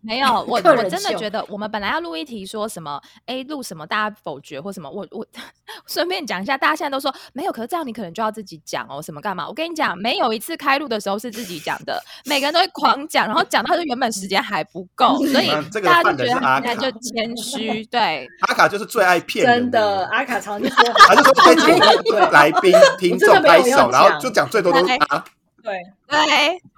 Speaker 2: 没有，我我
Speaker 3: 个人
Speaker 2: 真的
Speaker 3: 秀
Speaker 2: 觉得我们本来要录一题说什么，哎，录什么大家否决或什么，我我顺便讲一下，大家现在都说没有，可是这样你可能就要自己讲哦，什么干嘛？我跟你讲，没有一次开录的时候是自己讲的，每个人都会狂讲，然后讲到就原本时间还不够，所以
Speaker 4: 那这个
Speaker 2: 大家
Speaker 4: 犯
Speaker 2: 就
Speaker 4: 人
Speaker 2: 觉
Speaker 4: 是
Speaker 2: 得
Speaker 4: 阿
Speaker 2: 他现在
Speaker 4: 卡
Speaker 2: 就谦虚，对，
Speaker 4: 阿卡就是最爱骗人
Speaker 1: 真的，阿卡 常常说
Speaker 4: 还是说这请
Speaker 1: 对
Speaker 4: 来宾听
Speaker 1: 真的
Speaker 4: 众
Speaker 1: 没有
Speaker 4: 拍
Speaker 1: 要
Speaker 4: 手，然后
Speaker 1: 讲
Speaker 4: 就讲最多都是他。
Speaker 1: 对，
Speaker 2: 对，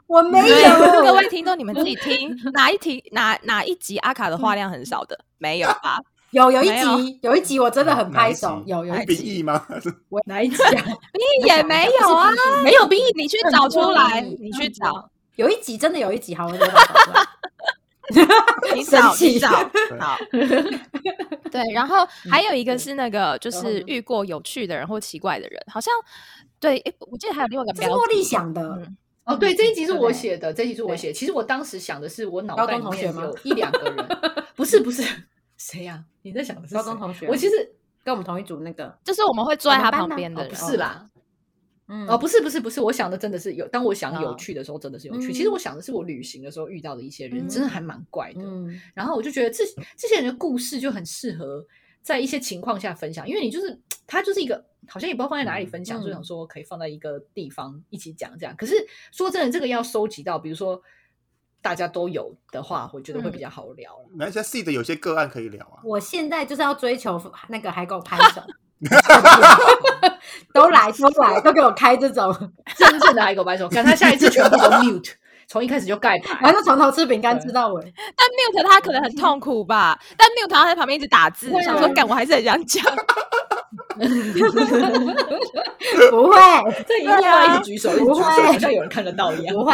Speaker 3: 我没
Speaker 2: 对各
Speaker 3: 有。
Speaker 2: 位听众，你们自己听哪一题哪哪一集阿卡的话量很少的，没有吧？
Speaker 3: 有有一
Speaker 2: 没有
Speaker 3: 集，有一集我真的很
Speaker 4: 哪
Speaker 3: 拍
Speaker 4: 一集
Speaker 3: 手，有有一
Speaker 4: 兵
Speaker 3: 集，
Speaker 4: 役吗？
Speaker 1: 哪一集啊？
Speaker 2: 你也没有啊，
Speaker 3: 没
Speaker 2: 有兵役，你去找出来，
Speaker 3: 嗯
Speaker 2: 你去找，
Speaker 3: 有一集真的有一集，好，我找出来。
Speaker 2: 你找，
Speaker 3: 生气
Speaker 2: 你找，
Speaker 4: 对
Speaker 2: 好。 对，然后还有一个是那个，就是遇过有趣的人或奇怪的人，好像对，诶我记得还有另外一个
Speaker 3: 这是
Speaker 2: 标
Speaker 3: 茉莉
Speaker 2: 题，
Speaker 3: 想的，
Speaker 2: 嗯
Speaker 1: 哦，对，这一集是
Speaker 3: 对
Speaker 1: 我写的，这一集是我
Speaker 3: 对
Speaker 1: 写的。其实我当时想的是，我脑
Speaker 3: 高
Speaker 1: 袋
Speaker 3: 中
Speaker 1: 里
Speaker 3: 同
Speaker 1: 面
Speaker 3: 学吗
Speaker 1: 有一两个人， 不是不是， 谁呀？你在想的是
Speaker 3: 高中
Speaker 1: 谁
Speaker 3: 同学
Speaker 1: 我其实
Speaker 3: 跟我们同一组那个，
Speaker 2: 就是我们会坐在
Speaker 3: 我
Speaker 2: 他
Speaker 3: 们班
Speaker 2: 旁
Speaker 3: 呢
Speaker 2: 边的
Speaker 1: 哦
Speaker 2: 人
Speaker 1: 不，是啦，
Speaker 3: 嗯，
Speaker 1: 哦，不是不是不是，我想的真的是有，当我想有
Speaker 3: 哦
Speaker 1: 趣的时候，真的是有趣。其实
Speaker 3: 嗯
Speaker 1: 我想的是我旅行的时候遇到的一些人，真的还蛮怪的。
Speaker 3: 嗯，
Speaker 1: 然后我就觉得这这些人的故事就很适合在一些情况下分享，因为你就是他就是一个好像也不知道放在哪里分享，
Speaker 3: 嗯
Speaker 1: 就想说可以放在一个地方一起讲这样。可是说真的，这个要收集到，比如说大家都有的话，我觉得会比
Speaker 3: 嗯
Speaker 1: 较好聊了。
Speaker 4: 那些 seed 有些个案可以聊啊。
Speaker 3: 我现在就是要追求那个海狗拍手，都来都来，都给我开这种，
Speaker 1: 真正的海狗白手，看他下一次全部都 mute，从一开始就盖牌。
Speaker 3: 然后就从头吃饼干吃到尾。
Speaker 2: 但 mute 他可能很痛苦吧，但 mute 他在旁边一直打字
Speaker 1: 不会，啊
Speaker 2: 想说干，我还是很想讲，
Speaker 3: 不会
Speaker 1: 这一定
Speaker 3: 对啊
Speaker 1: 要一直举手，一直举
Speaker 3: 不
Speaker 1: 手，
Speaker 3: 会
Speaker 1: 好像有人看得到一样。
Speaker 3: 不会，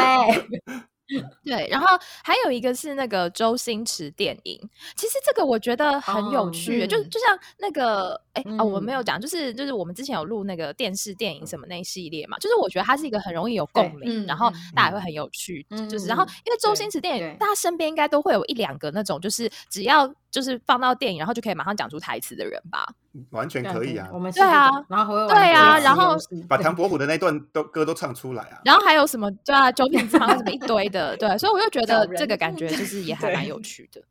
Speaker 2: 对，然后还有一个是那个周星驰电影，其实这个我觉得很有
Speaker 3: 哦
Speaker 2: 趣耶，就
Speaker 1: 嗯
Speaker 2: 就像那个哎、啊，我没
Speaker 3: 嗯
Speaker 2: 有讲，就是就是我们之前有录那个电视电影什么那一系列嘛，就是我觉得它是一个很容易有共
Speaker 3: 对
Speaker 2: 鸣，然
Speaker 1: 嗯
Speaker 2: 后
Speaker 1: 嗯
Speaker 2: 大家也会很有趣，就是然后
Speaker 3: 嗯嗯
Speaker 2: 因为周
Speaker 1: 对
Speaker 2: 星驰电影
Speaker 3: 对，
Speaker 2: 大家身边应该都会有一两个那种，就是只要就是放到电影，然后就可以马上讲出台词的人吧。
Speaker 4: 完全 可以啊
Speaker 3: 我，们是
Speaker 2: 对啊
Speaker 3: 这种然后会玩
Speaker 2: 对啊
Speaker 3: 这种
Speaker 2: 然后
Speaker 3: 游戏
Speaker 4: 把唐伯虎的那段都歌都唱出来啊。
Speaker 2: 然后还有什么对啊，九品芝麻官什么一堆的，对，啊所以我就觉
Speaker 1: 找
Speaker 2: 得
Speaker 1: 人
Speaker 2: 这个感 觉就是也还
Speaker 1: 对
Speaker 2: 蛮有趣的，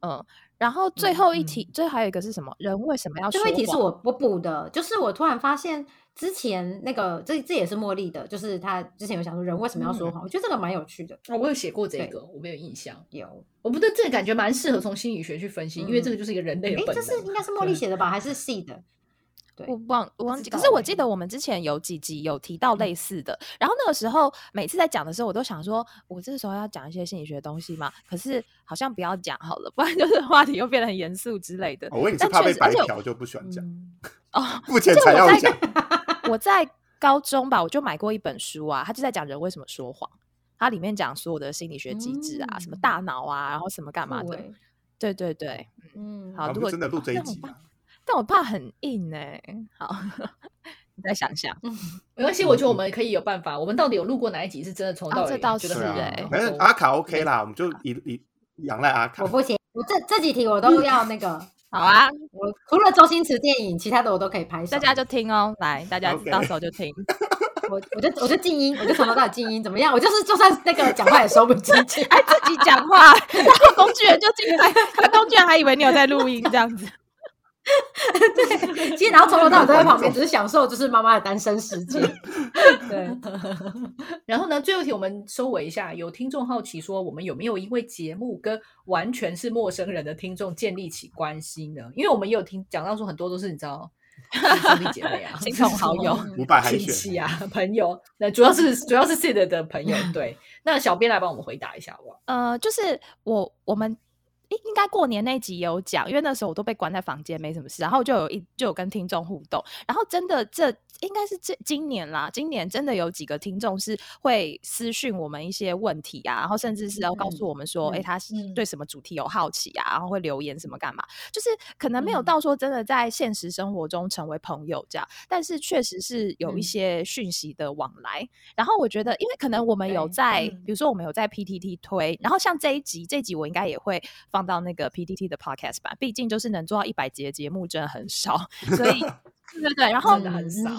Speaker 2: 嗯。然后最后一
Speaker 1: 嗯
Speaker 2: 题，最后还有一个是什么？人为什么要
Speaker 3: 最
Speaker 2: 说
Speaker 3: 后一题是
Speaker 2: 谎
Speaker 3: 我我补的，就是我突然发现之前那个这这也是茉莉的，就是她之前有想说人为什么要说谎，我觉得这个蛮有趣的，
Speaker 1: 哦，我有写过这
Speaker 3: 对
Speaker 1: 个，我没有印象。
Speaker 3: 有
Speaker 1: 我不对，这个感觉蛮适合从心理学去分析，因为这个就是一个人类
Speaker 3: 哎
Speaker 1: 的，本
Speaker 3: 这
Speaker 1: 能。啊
Speaker 3: 是应该是茉莉写的吧，还是 C 的？对
Speaker 2: 我忘我忘
Speaker 3: 知
Speaker 2: 记，可
Speaker 3: 道
Speaker 2: 是我
Speaker 3: 欸嗯
Speaker 2: 记得我们之前有几集有提到类似的，然后那个时候每次在讲的时候，我都想说，我这时候要讲一些心理学的东西嘛，可是好像不要讲好了， 不然就是话题又变得很严肃之类的。
Speaker 4: 哦我问你是
Speaker 2: 但
Speaker 4: 怕
Speaker 2: 确
Speaker 4: 被
Speaker 2: 实
Speaker 4: 白
Speaker 2: 而且
Speaker 4: 嫖就不喜欢讲，
Speaker 3: 嗯
Speaker 2: 哦，
Speaker 4: 付钱
Speaker 2: 这个
Speaker 4: 才
Speaker 2: 我
Speaker 4: 要
Speaker 2: 在
Speaker 4: 讲。
Speaker 2: 我在高中吧，我就买过一本书啊，它就在讲人为什么说谎，它里面讲所有的心理学机制啊，什么
Speaker 3: 嗯
Speaker 2: 大脑啊，然后什么干嘛
Speaker 3: 酷
Speaker 2: 的，
Speaker 3: 欸
Speaker 2: 对对对。
Speaker 3: 嗯，
Speaker 2: 好
Speaker 4: 我
Speaker 2: 如
Speaker 4: 们
Speaker 2: 果
Speaker 4: 真的录这一啊
Speaker 2: 那我
Speaker 4: 集
Speaker 2: 爸
Speaker 4: 啊，
Speaker 2: 但我怕很硬哎、好，欸再想想。
Speaker 1: 没
Speaker 4: 嗯
Speaker 1: 关系，我觉得我们可以有办法。我们到底有录过哪一集是真的从头
Speaker 2: 啊
Speaker 1: 到尾
Speaker 2: 这倒
Speaker 1: 觉得
Speaker 2: 是
Speaker 1: 很好
Speaker 2: 欸
Speaker 1: 然后
Speaker 4: 反正阿卡 OK 啦，我们就以以仰赖阿卡
Speaker 3: 我。不行，我这这几题我都要那个，
Speaker 2: 好啊，
Speaker 3: 我除了周星驰电影，其他的我都可以拍手。
Speaker 2: 大家就听哦，来，大家
Speaker 4: OK
Speaker 2: 到时候就听。
Speaker 3: 我我就我就静音，我就从头到尾静音，怎么样？我就是就算那个讲话也收不进 去。
Speaker 2: 哎，自己讲话， 然后工具人就进来，他工具人还以为你有在录音这样子。
Speaker 3: 其实然后从头到尾都在旁边， 只是享受就是妈妈的单身时 间。对，
Speaker 1: 然后呢，最后一题我们收尾一下。有听众好奇说，我们有没有因为节目跟完全是陌生人的听众建立起关系呢？因为我们也有听讲到说，很多都是你知 道。就是兄弟姐妹啊，
Speaker 2: 亲朋好 友、
Speaker 4: 五百海
Speaker 1: 亲
Speaker 4: 选
Speaker 1: 戚，啊、朋友，那主要是主要是 Sid 的朋友。对，那小编来帮我们回答一下，好不好？
Speaker 2: 呃，就是我我们诶应该过年那集有讲，因为那时候我都被关在房间，没什么事，然后就有一就有跟听众互动，然后真的这应该是这今年啦，今年真的有几个听众是会私讯我们一些问题啊，然后甚至是要告诉我们说，诶，
Speaker 1: 嗯
Speaker 2: 他是
Speaker 1: 嗯
Speaker 2: 对什么主题有好奇啊，然后会留言什么干嘛，就是可能没有
Speaker 1: 嗯
Speaker 2: 到说真的在现实生活中成为朋友这样，但是确实是有一
Speaker 1: 嗯
Speaker 2: 些讯息的往来，然后我觉得，因为可能我们有
Speaker 1: 对
Speaker 2: 在，
Speaker 1: 嗯
Speaker 2: 比如说我们有在 PTT 推，然后像这一集，这一集我应该也会放到那个 PTT 的 podcast 版，毕竟就是能做到一百集的节目真的很少，所以对对对，然后嗯
Speaker 1: 真的很少，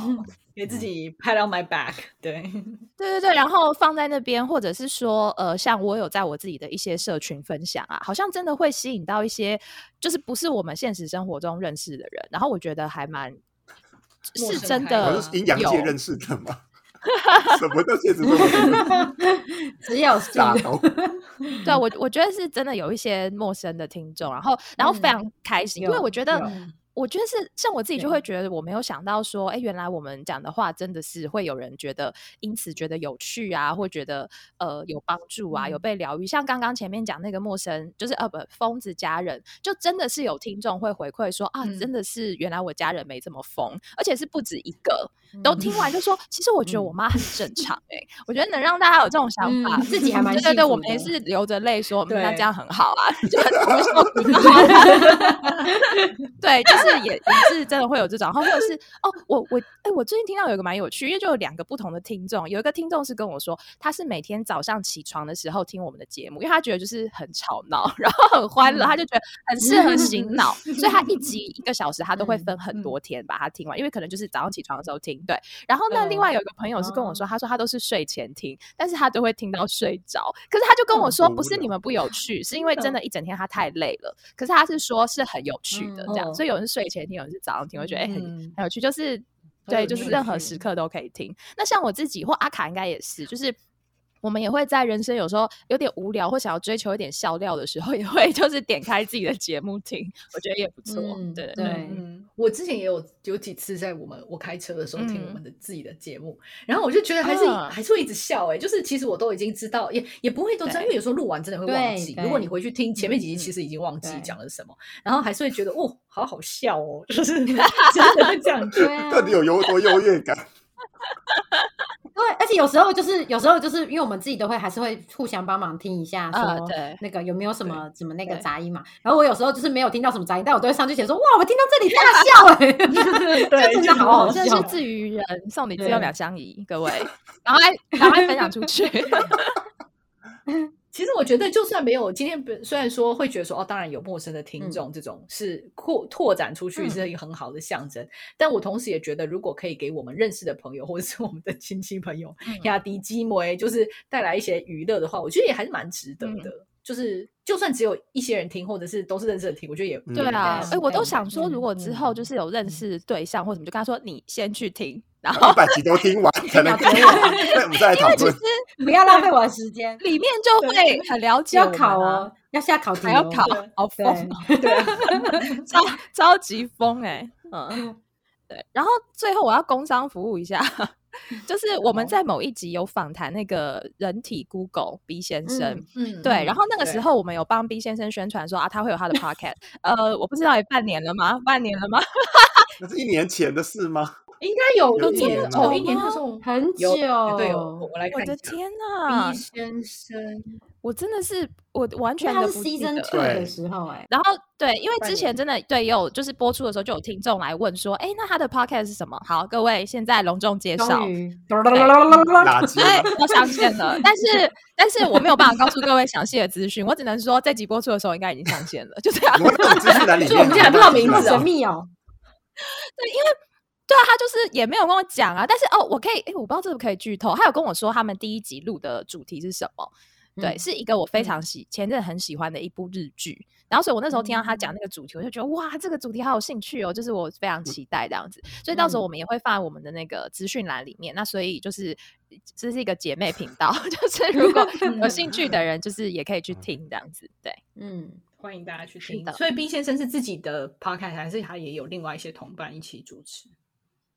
Speaker 1: 给
Speaker 4: 嗯
Speaker 1: 自己拍到 my back。对，
Speaker 2: 对对对，然后放在那边，或者是说，呃，像我有在我自己的一些社群分享啊，好像真的会吸引到一些，就是不是我们现实生活中认识的人，然后我觉得还蛮。
Speaker 1: 陌
Speaker 2: 是
Speaker 1: 生
Speaker 2: 真
Speaker 1: 开
Speaker 2: 的
Speaker 1: 发
Speaker 4: 好
Speaker 2: 有，
Speaker 4: 像哦是阴阳界认识的嘛？ 什么叫现实中的
Speaker 3: 只有是
Speaker 4: 大头？
Speaker 2: 对我，我觉得是真的有一些陌生的听众，然后然后非
Speaker 1: 嗯
Speaker 2: 常开心，因为
Speaker 3: 有
Speaker 2: 我觉得
Speaker 1: 有
Speaker 2: 我觉得是像我自己就
Speaker 1: 对
Speaker 2: 会觉得我没有想到说，哎，原来我们讲的话真的是会有人觉得因此觉得有趣啊，或觉得呃有帮助啊，有
Speaker 1: 嗯
Speaker 2: 被疗愈。像刚刚前面讲那个陌生，就是呃不疯子家人，就真的是有听众会回馈说啊，
Speaker 1: 嗯
Speaker 2: 真的是原来我家人没这么疯，而且是不止一个，
Speaker 3: 嗯
Speaker 2: 都听完就说，其实我觉得我妈很正常哎、我觉得能让大家有这种想法，
Speaker 3: 嗯自己还蛮
Speaker 2: 对对对，
Speaker 3: 幸福
Speaker 2: 我们也
Speaker 3: 的
Speaker 2: 是流着泪说，嗯那
Speaker 1: 对
Speaker 2: 这样很好啊， 就很我们说很好 对，就是也也是真的会有这种，然后或者是哦，我我哎、我最近听到有一个蛮有趣，因为就有两个不同的听众，有一个听众是跟我说，他是每天早上起床的时候听我们的节目，因为他觉得就是很吵闹，然后很欢乐，他就觉得很适合醒脑，所以他一集一个小时，他都会分很多天把它听完，因为可能就是早上起床的时候听，对，然后
Speaker 1: 嗯
Speaker 2: 呢，另外有一个朋友是跟我说，他说他都是睡前听，但是他都会听到睡着。可是他就跟我说，
Speaker 4: 嗯
Speaker 2: 不是你们不有趣， 是因为真的一整天他太累了。可是他是说是很有趣的
Speaker 1: 嗯
Speaker 2: 这样，
Speaker 1: 哦
Speaker 2: 所以有人是睡前听，有人是早上听，我觉得哎、很
Speaker 1: 嗯
Speaker 2: 很有趣，就是。
Speaker 1: 很
Speaker 2: 对，
Speaker 1: 有
Speaker 2: 就是
Speaker 1: 趣嗯
Speaker 2: 任何时刻都可以听。那像我自己或阿卡应该也是，就是我们也会在人生有时候有点无聊或想要追求一点笑料的时候，也会 就是点开自己的节目听，我觉得也不错。
Speaker 3: 嗯
Speaker 2: 对
Speaker 3: 对
Speaker 1: 嗯，我之前也有有几次在我们我开车的时候听我
Speaker 2: 嗯
Speaker 1: 们的自己的节目，然后我就觉得还是、
Speaker 3: 嗯
Speaker 2: 啊
Speaker 1: 还是会一直笑哎、就是其实我都已经知道，也也不会都知道，
Speaker 2: 对
Speaker 1: 因为有时候录完真的会忘记。
Speaker 3: 对
Speaker 1: 如果你
Speaker 3: 对
Speaker 1: 回去听前面几
Speaker 3: 嗯
Speaker 1: 集，
Speaker 3: 嗯
Speaker 1: 其实已经忘记
Speaker 3: 对
Speaker 1: 讲了什么，然后还是会觉得哦，好好笑哦，就是 真的会这样觉得。
Speaker 3: 对啊
Speaker 4: 到底有优多优越感？
Speaker 3: 对，而且有时候就是有时候就是因为我们自己都会还是会互相帮忙听一下
Speaker 2: 呃
Speaker 3: 说
Speaker 2: 对
Speaker 3: 那个有没有什么什么那个
Speaker 2: 对
Speaker 3: 杂音嘛。然后我有时候就是没有听到什么杂音，但我都会上去写说哇，我听到这里 大笑哎，
Speaker 1: 对
Speaker 3: 就真
Speaker 1: 就
Speaker 3: 的好好
Speaker 2: 真
Speaker 3: 笑
Speaker 2: 是。至于人，送你自用
Speaker 3: 对
Speaker 2: 两相宜，各位，赶快赶快分享出 去。
Speaker 1: 其实我觉得，就算没有今天本，虽然说会觉得说哦，当然有陌生的听众，这种是扩拓展出去
Speaker 3: 嗯
Speaker 1: 是一个很好的象征。但我同时也觉得，如果可以给我们认识的朋友，或者是我们的亲戚朋友
Speaker 2: 嗯，
Speaker 1: 雅迪基梅，就是带来一些娱乐的话，我觉得也还是蛮值得的。就是就算只有一些人听，或者是都是认识的听，我觉得也
Speaker 4: 嗯
Speaker 2: 对啊，哎、
Speaker 1: 嗯
Speaker 2: 我都
Speaker 1: 嗯
Speaker 2: 想说，如果之后
Speaker 1: 嗯
Speaker 2: 就是有认识对象或什么，就跟他说你先去听，然 后
Speaker 4: 一百集都听完才能
Speaker 3: 听
Speaker 4: 看
Speaker 3: 到结
Speaker 4: 完，那我们再来
Speaker 2: 因
Speaker 4: 讨
Speaker 2: 为其
Speaker 4: 论
Speaker 2: 实。
Speaker 3: 不要浪费我的时间，
Speaker 2: 里面就会很了解
Speaker 3: 要
Speaker 2: 我们
Speaker 3: 考
Speaker 2: 啊，
Speaker 3: 哦，要下考题
Speaker 2: 还要
Speaker 3: 哦
Speaker 2: 考
Speaker 1: 对，
Speaker 2: 好
Speaker 3: 对
Speaker 2: 疯哦，
Speaker 1: 对啊，
Speaker 2: 超超级疯哎、 嗯，对。然后最后我要工商服务一下， 就是我们
Speaker 1: 好
Speaker 2: 在某一集有访谈那个人体 Google B 先生，
Speaker 3: 嗯
Speaker 1: 嗯，
Speaker 2: 对，然后那个时
Speaker 1: 对
Speaker 2: 候我们有帮 B 先生宣传说啊，他会有他的 podcast，呃，我不知道也半年了吗？半年了吗？
Speaker 4: 那是一年前的事吗？
Speaker 1: 应该有
Speaker 4: 有
Speaker 1: 一
Speaker 4: 一
Speaker 1: 年
Speaker 4: 年吗
Speaker 1: 哦，一年那时候
Speaker 3: 很久
Speaker 1: 有，哎对，有我来
Speaker 2: 哦我
Speaker 1: 看
Speaker 2: 的
Speaker 1: 一下。嗯
Speaker 2: 天呐
Speaker 1: 毕，先生，
Speaker 2: 我真的是我完
Speaker 3: 因
Speaker 2: 全
Speaker 3: 为它
Speaker 2: 的
Speaker 3: 是
Speaker 2: 不记
Speaker 3: season
Speaker 2: 得
Speaker 3: two
Speaker 2: 了。
Speaker 4: 对
Speaker 3: 的时候、哎，
Speaker 2: 然后对，因为
Speaker 1: 半
Speaker 2: 之前
Speaker 1: 年
Speaker 2: 真的对有就是播出的时候就有听众来问说，哎，那他的 podcast 是什么？好，各位现在隆重介绍
Speaker 3: 终。于，
Speaker 4: 垃圾
Speaker 2: 对
Speaker 4: 了，
Speaker 2: 要上线了，但是但是我没有办法告诉各位详细的资讯，我只能说这集播出的时候应该已经上线了，就这样。
Speaker 4: 我们这种资讯 栏里面，
Speaker 1: 就我们现在不知道名
Speaker 3: 好
Speaker 1: 字
Speaker 3: 神
Speaker 1: 啊
Speaker 3: 秘哦，
Speaker 2: 对啊，他就是也没有跟我讲啊，但是哦，我可以，哎，我不知道这个可以剧透，他有跟我说他们第一集录的主题是什么。对，
Speaker 3: 嗯
Speaker 2: 是一个我非常喜前阵很喜欢的一部日剧，然后所以我那时候听到他
Speaker 3: 哦
Speaker 2: 讲那个主题，我就觉得哇，这个主题好有兴趣哦，就是我非
Speaker 3: 嗯
Speaker 2: 常期待这样子，所以到时候我们也会放在我们的那个资讯栏里面。那所以就是这是一个姐妹频道， 就是如果有兴趣的人，就是也可以去听这样子。对，
Speaker 3: 嗯，
Speaker 1: 欢迎大家去
Speaker 2: 是
Speaker 1: 听
Speaker 2: 的。
Speaker 1: 所以毕先生是自己的 podcast，还是他也有另外一些同伴一起主持？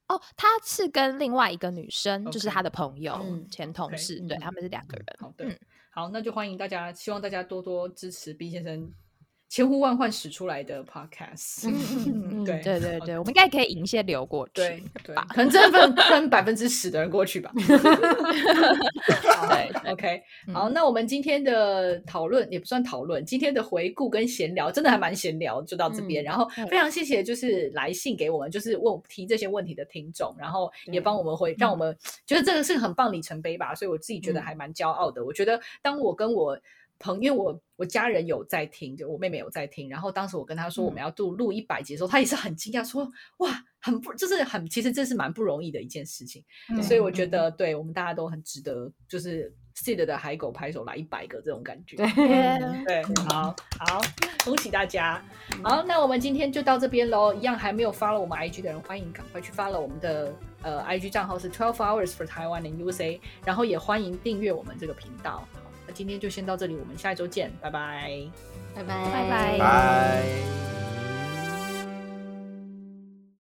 Speaker 2: 哦，他是跟另外一个女生就是他
Speaker 1: OK
Speaker 2: 的朋友、
Speaker 3: 嗯
Speaker 2: 前同
Speaker 1: OK，
Speaker 2: 事，对
Speaker 3: 嗯
Speaker 2: 他们是两个人。
Speaker 1: 好的，
Speaker 2: 嗯
Speaker 1: 好，那就欢迎大家，希望大家多多支持毕先生千呼万唤始出来
Speaker 2: 嗯
Speaker 1: 的 podcast。
Speaker 3: 嗯
Speaker 1: 对
Speaker 2: 对对
Speaker 1: 好
Speaker 2: 对，我们应该可以引一些流过去。
Speaker 1: 对对，可能真的分分百分之十的人过去吧。
Speaker 2: 对对
Speaker 1: OK，
Speaker 2: 嗯
Speaker 1: 好，那我们今天的讨论也不算讨论，今天的回顾跟闲聊真的还蛮闲聊，就到这边。
Speaker 3: 嗯
Speaker 1: 然后
Speaker 2: 对
Speaker 1: 非常谢谢就是来信给我们，就是问提这些问题的听众，然后也
Speaker 3: 对
Speaker 1: 帮我们回，让我们觉得这个是个很棒里程碑吧，所以我自己觉得还蛮骄傲的。我觉得当我跟我朋友，我我家人有在听，就我妹妹有在听。然后当时我跟她说我们要录录一百集的时候，她也是很惊讶，说哇，很不，就是很，其实这是蛮不容易的一件事情。
Speaker 3: 嗯
Speaker 1: 所以我觉得，对我们大家都很值得，就是 Seed 的海狗拍手来一百个这种感觉。 嗯
Speaker 3: 对，嗯
Speaker 1: 对，啊好好，恭喜大家！好，那我们今天就到这边喽。一样还没有 follow 我们 IG 的人，欢迎赶快去 follow 我们的呃 IG 账号是 Twelve Hours for Taiwan and USA，然后也欢迎订阅我们这个频道。好，那今天就先到这里，我们下一周见，拜拜。
Speaker 3: 拜拜，
Speaker 2: 拜拜
Speaker 4: 拜。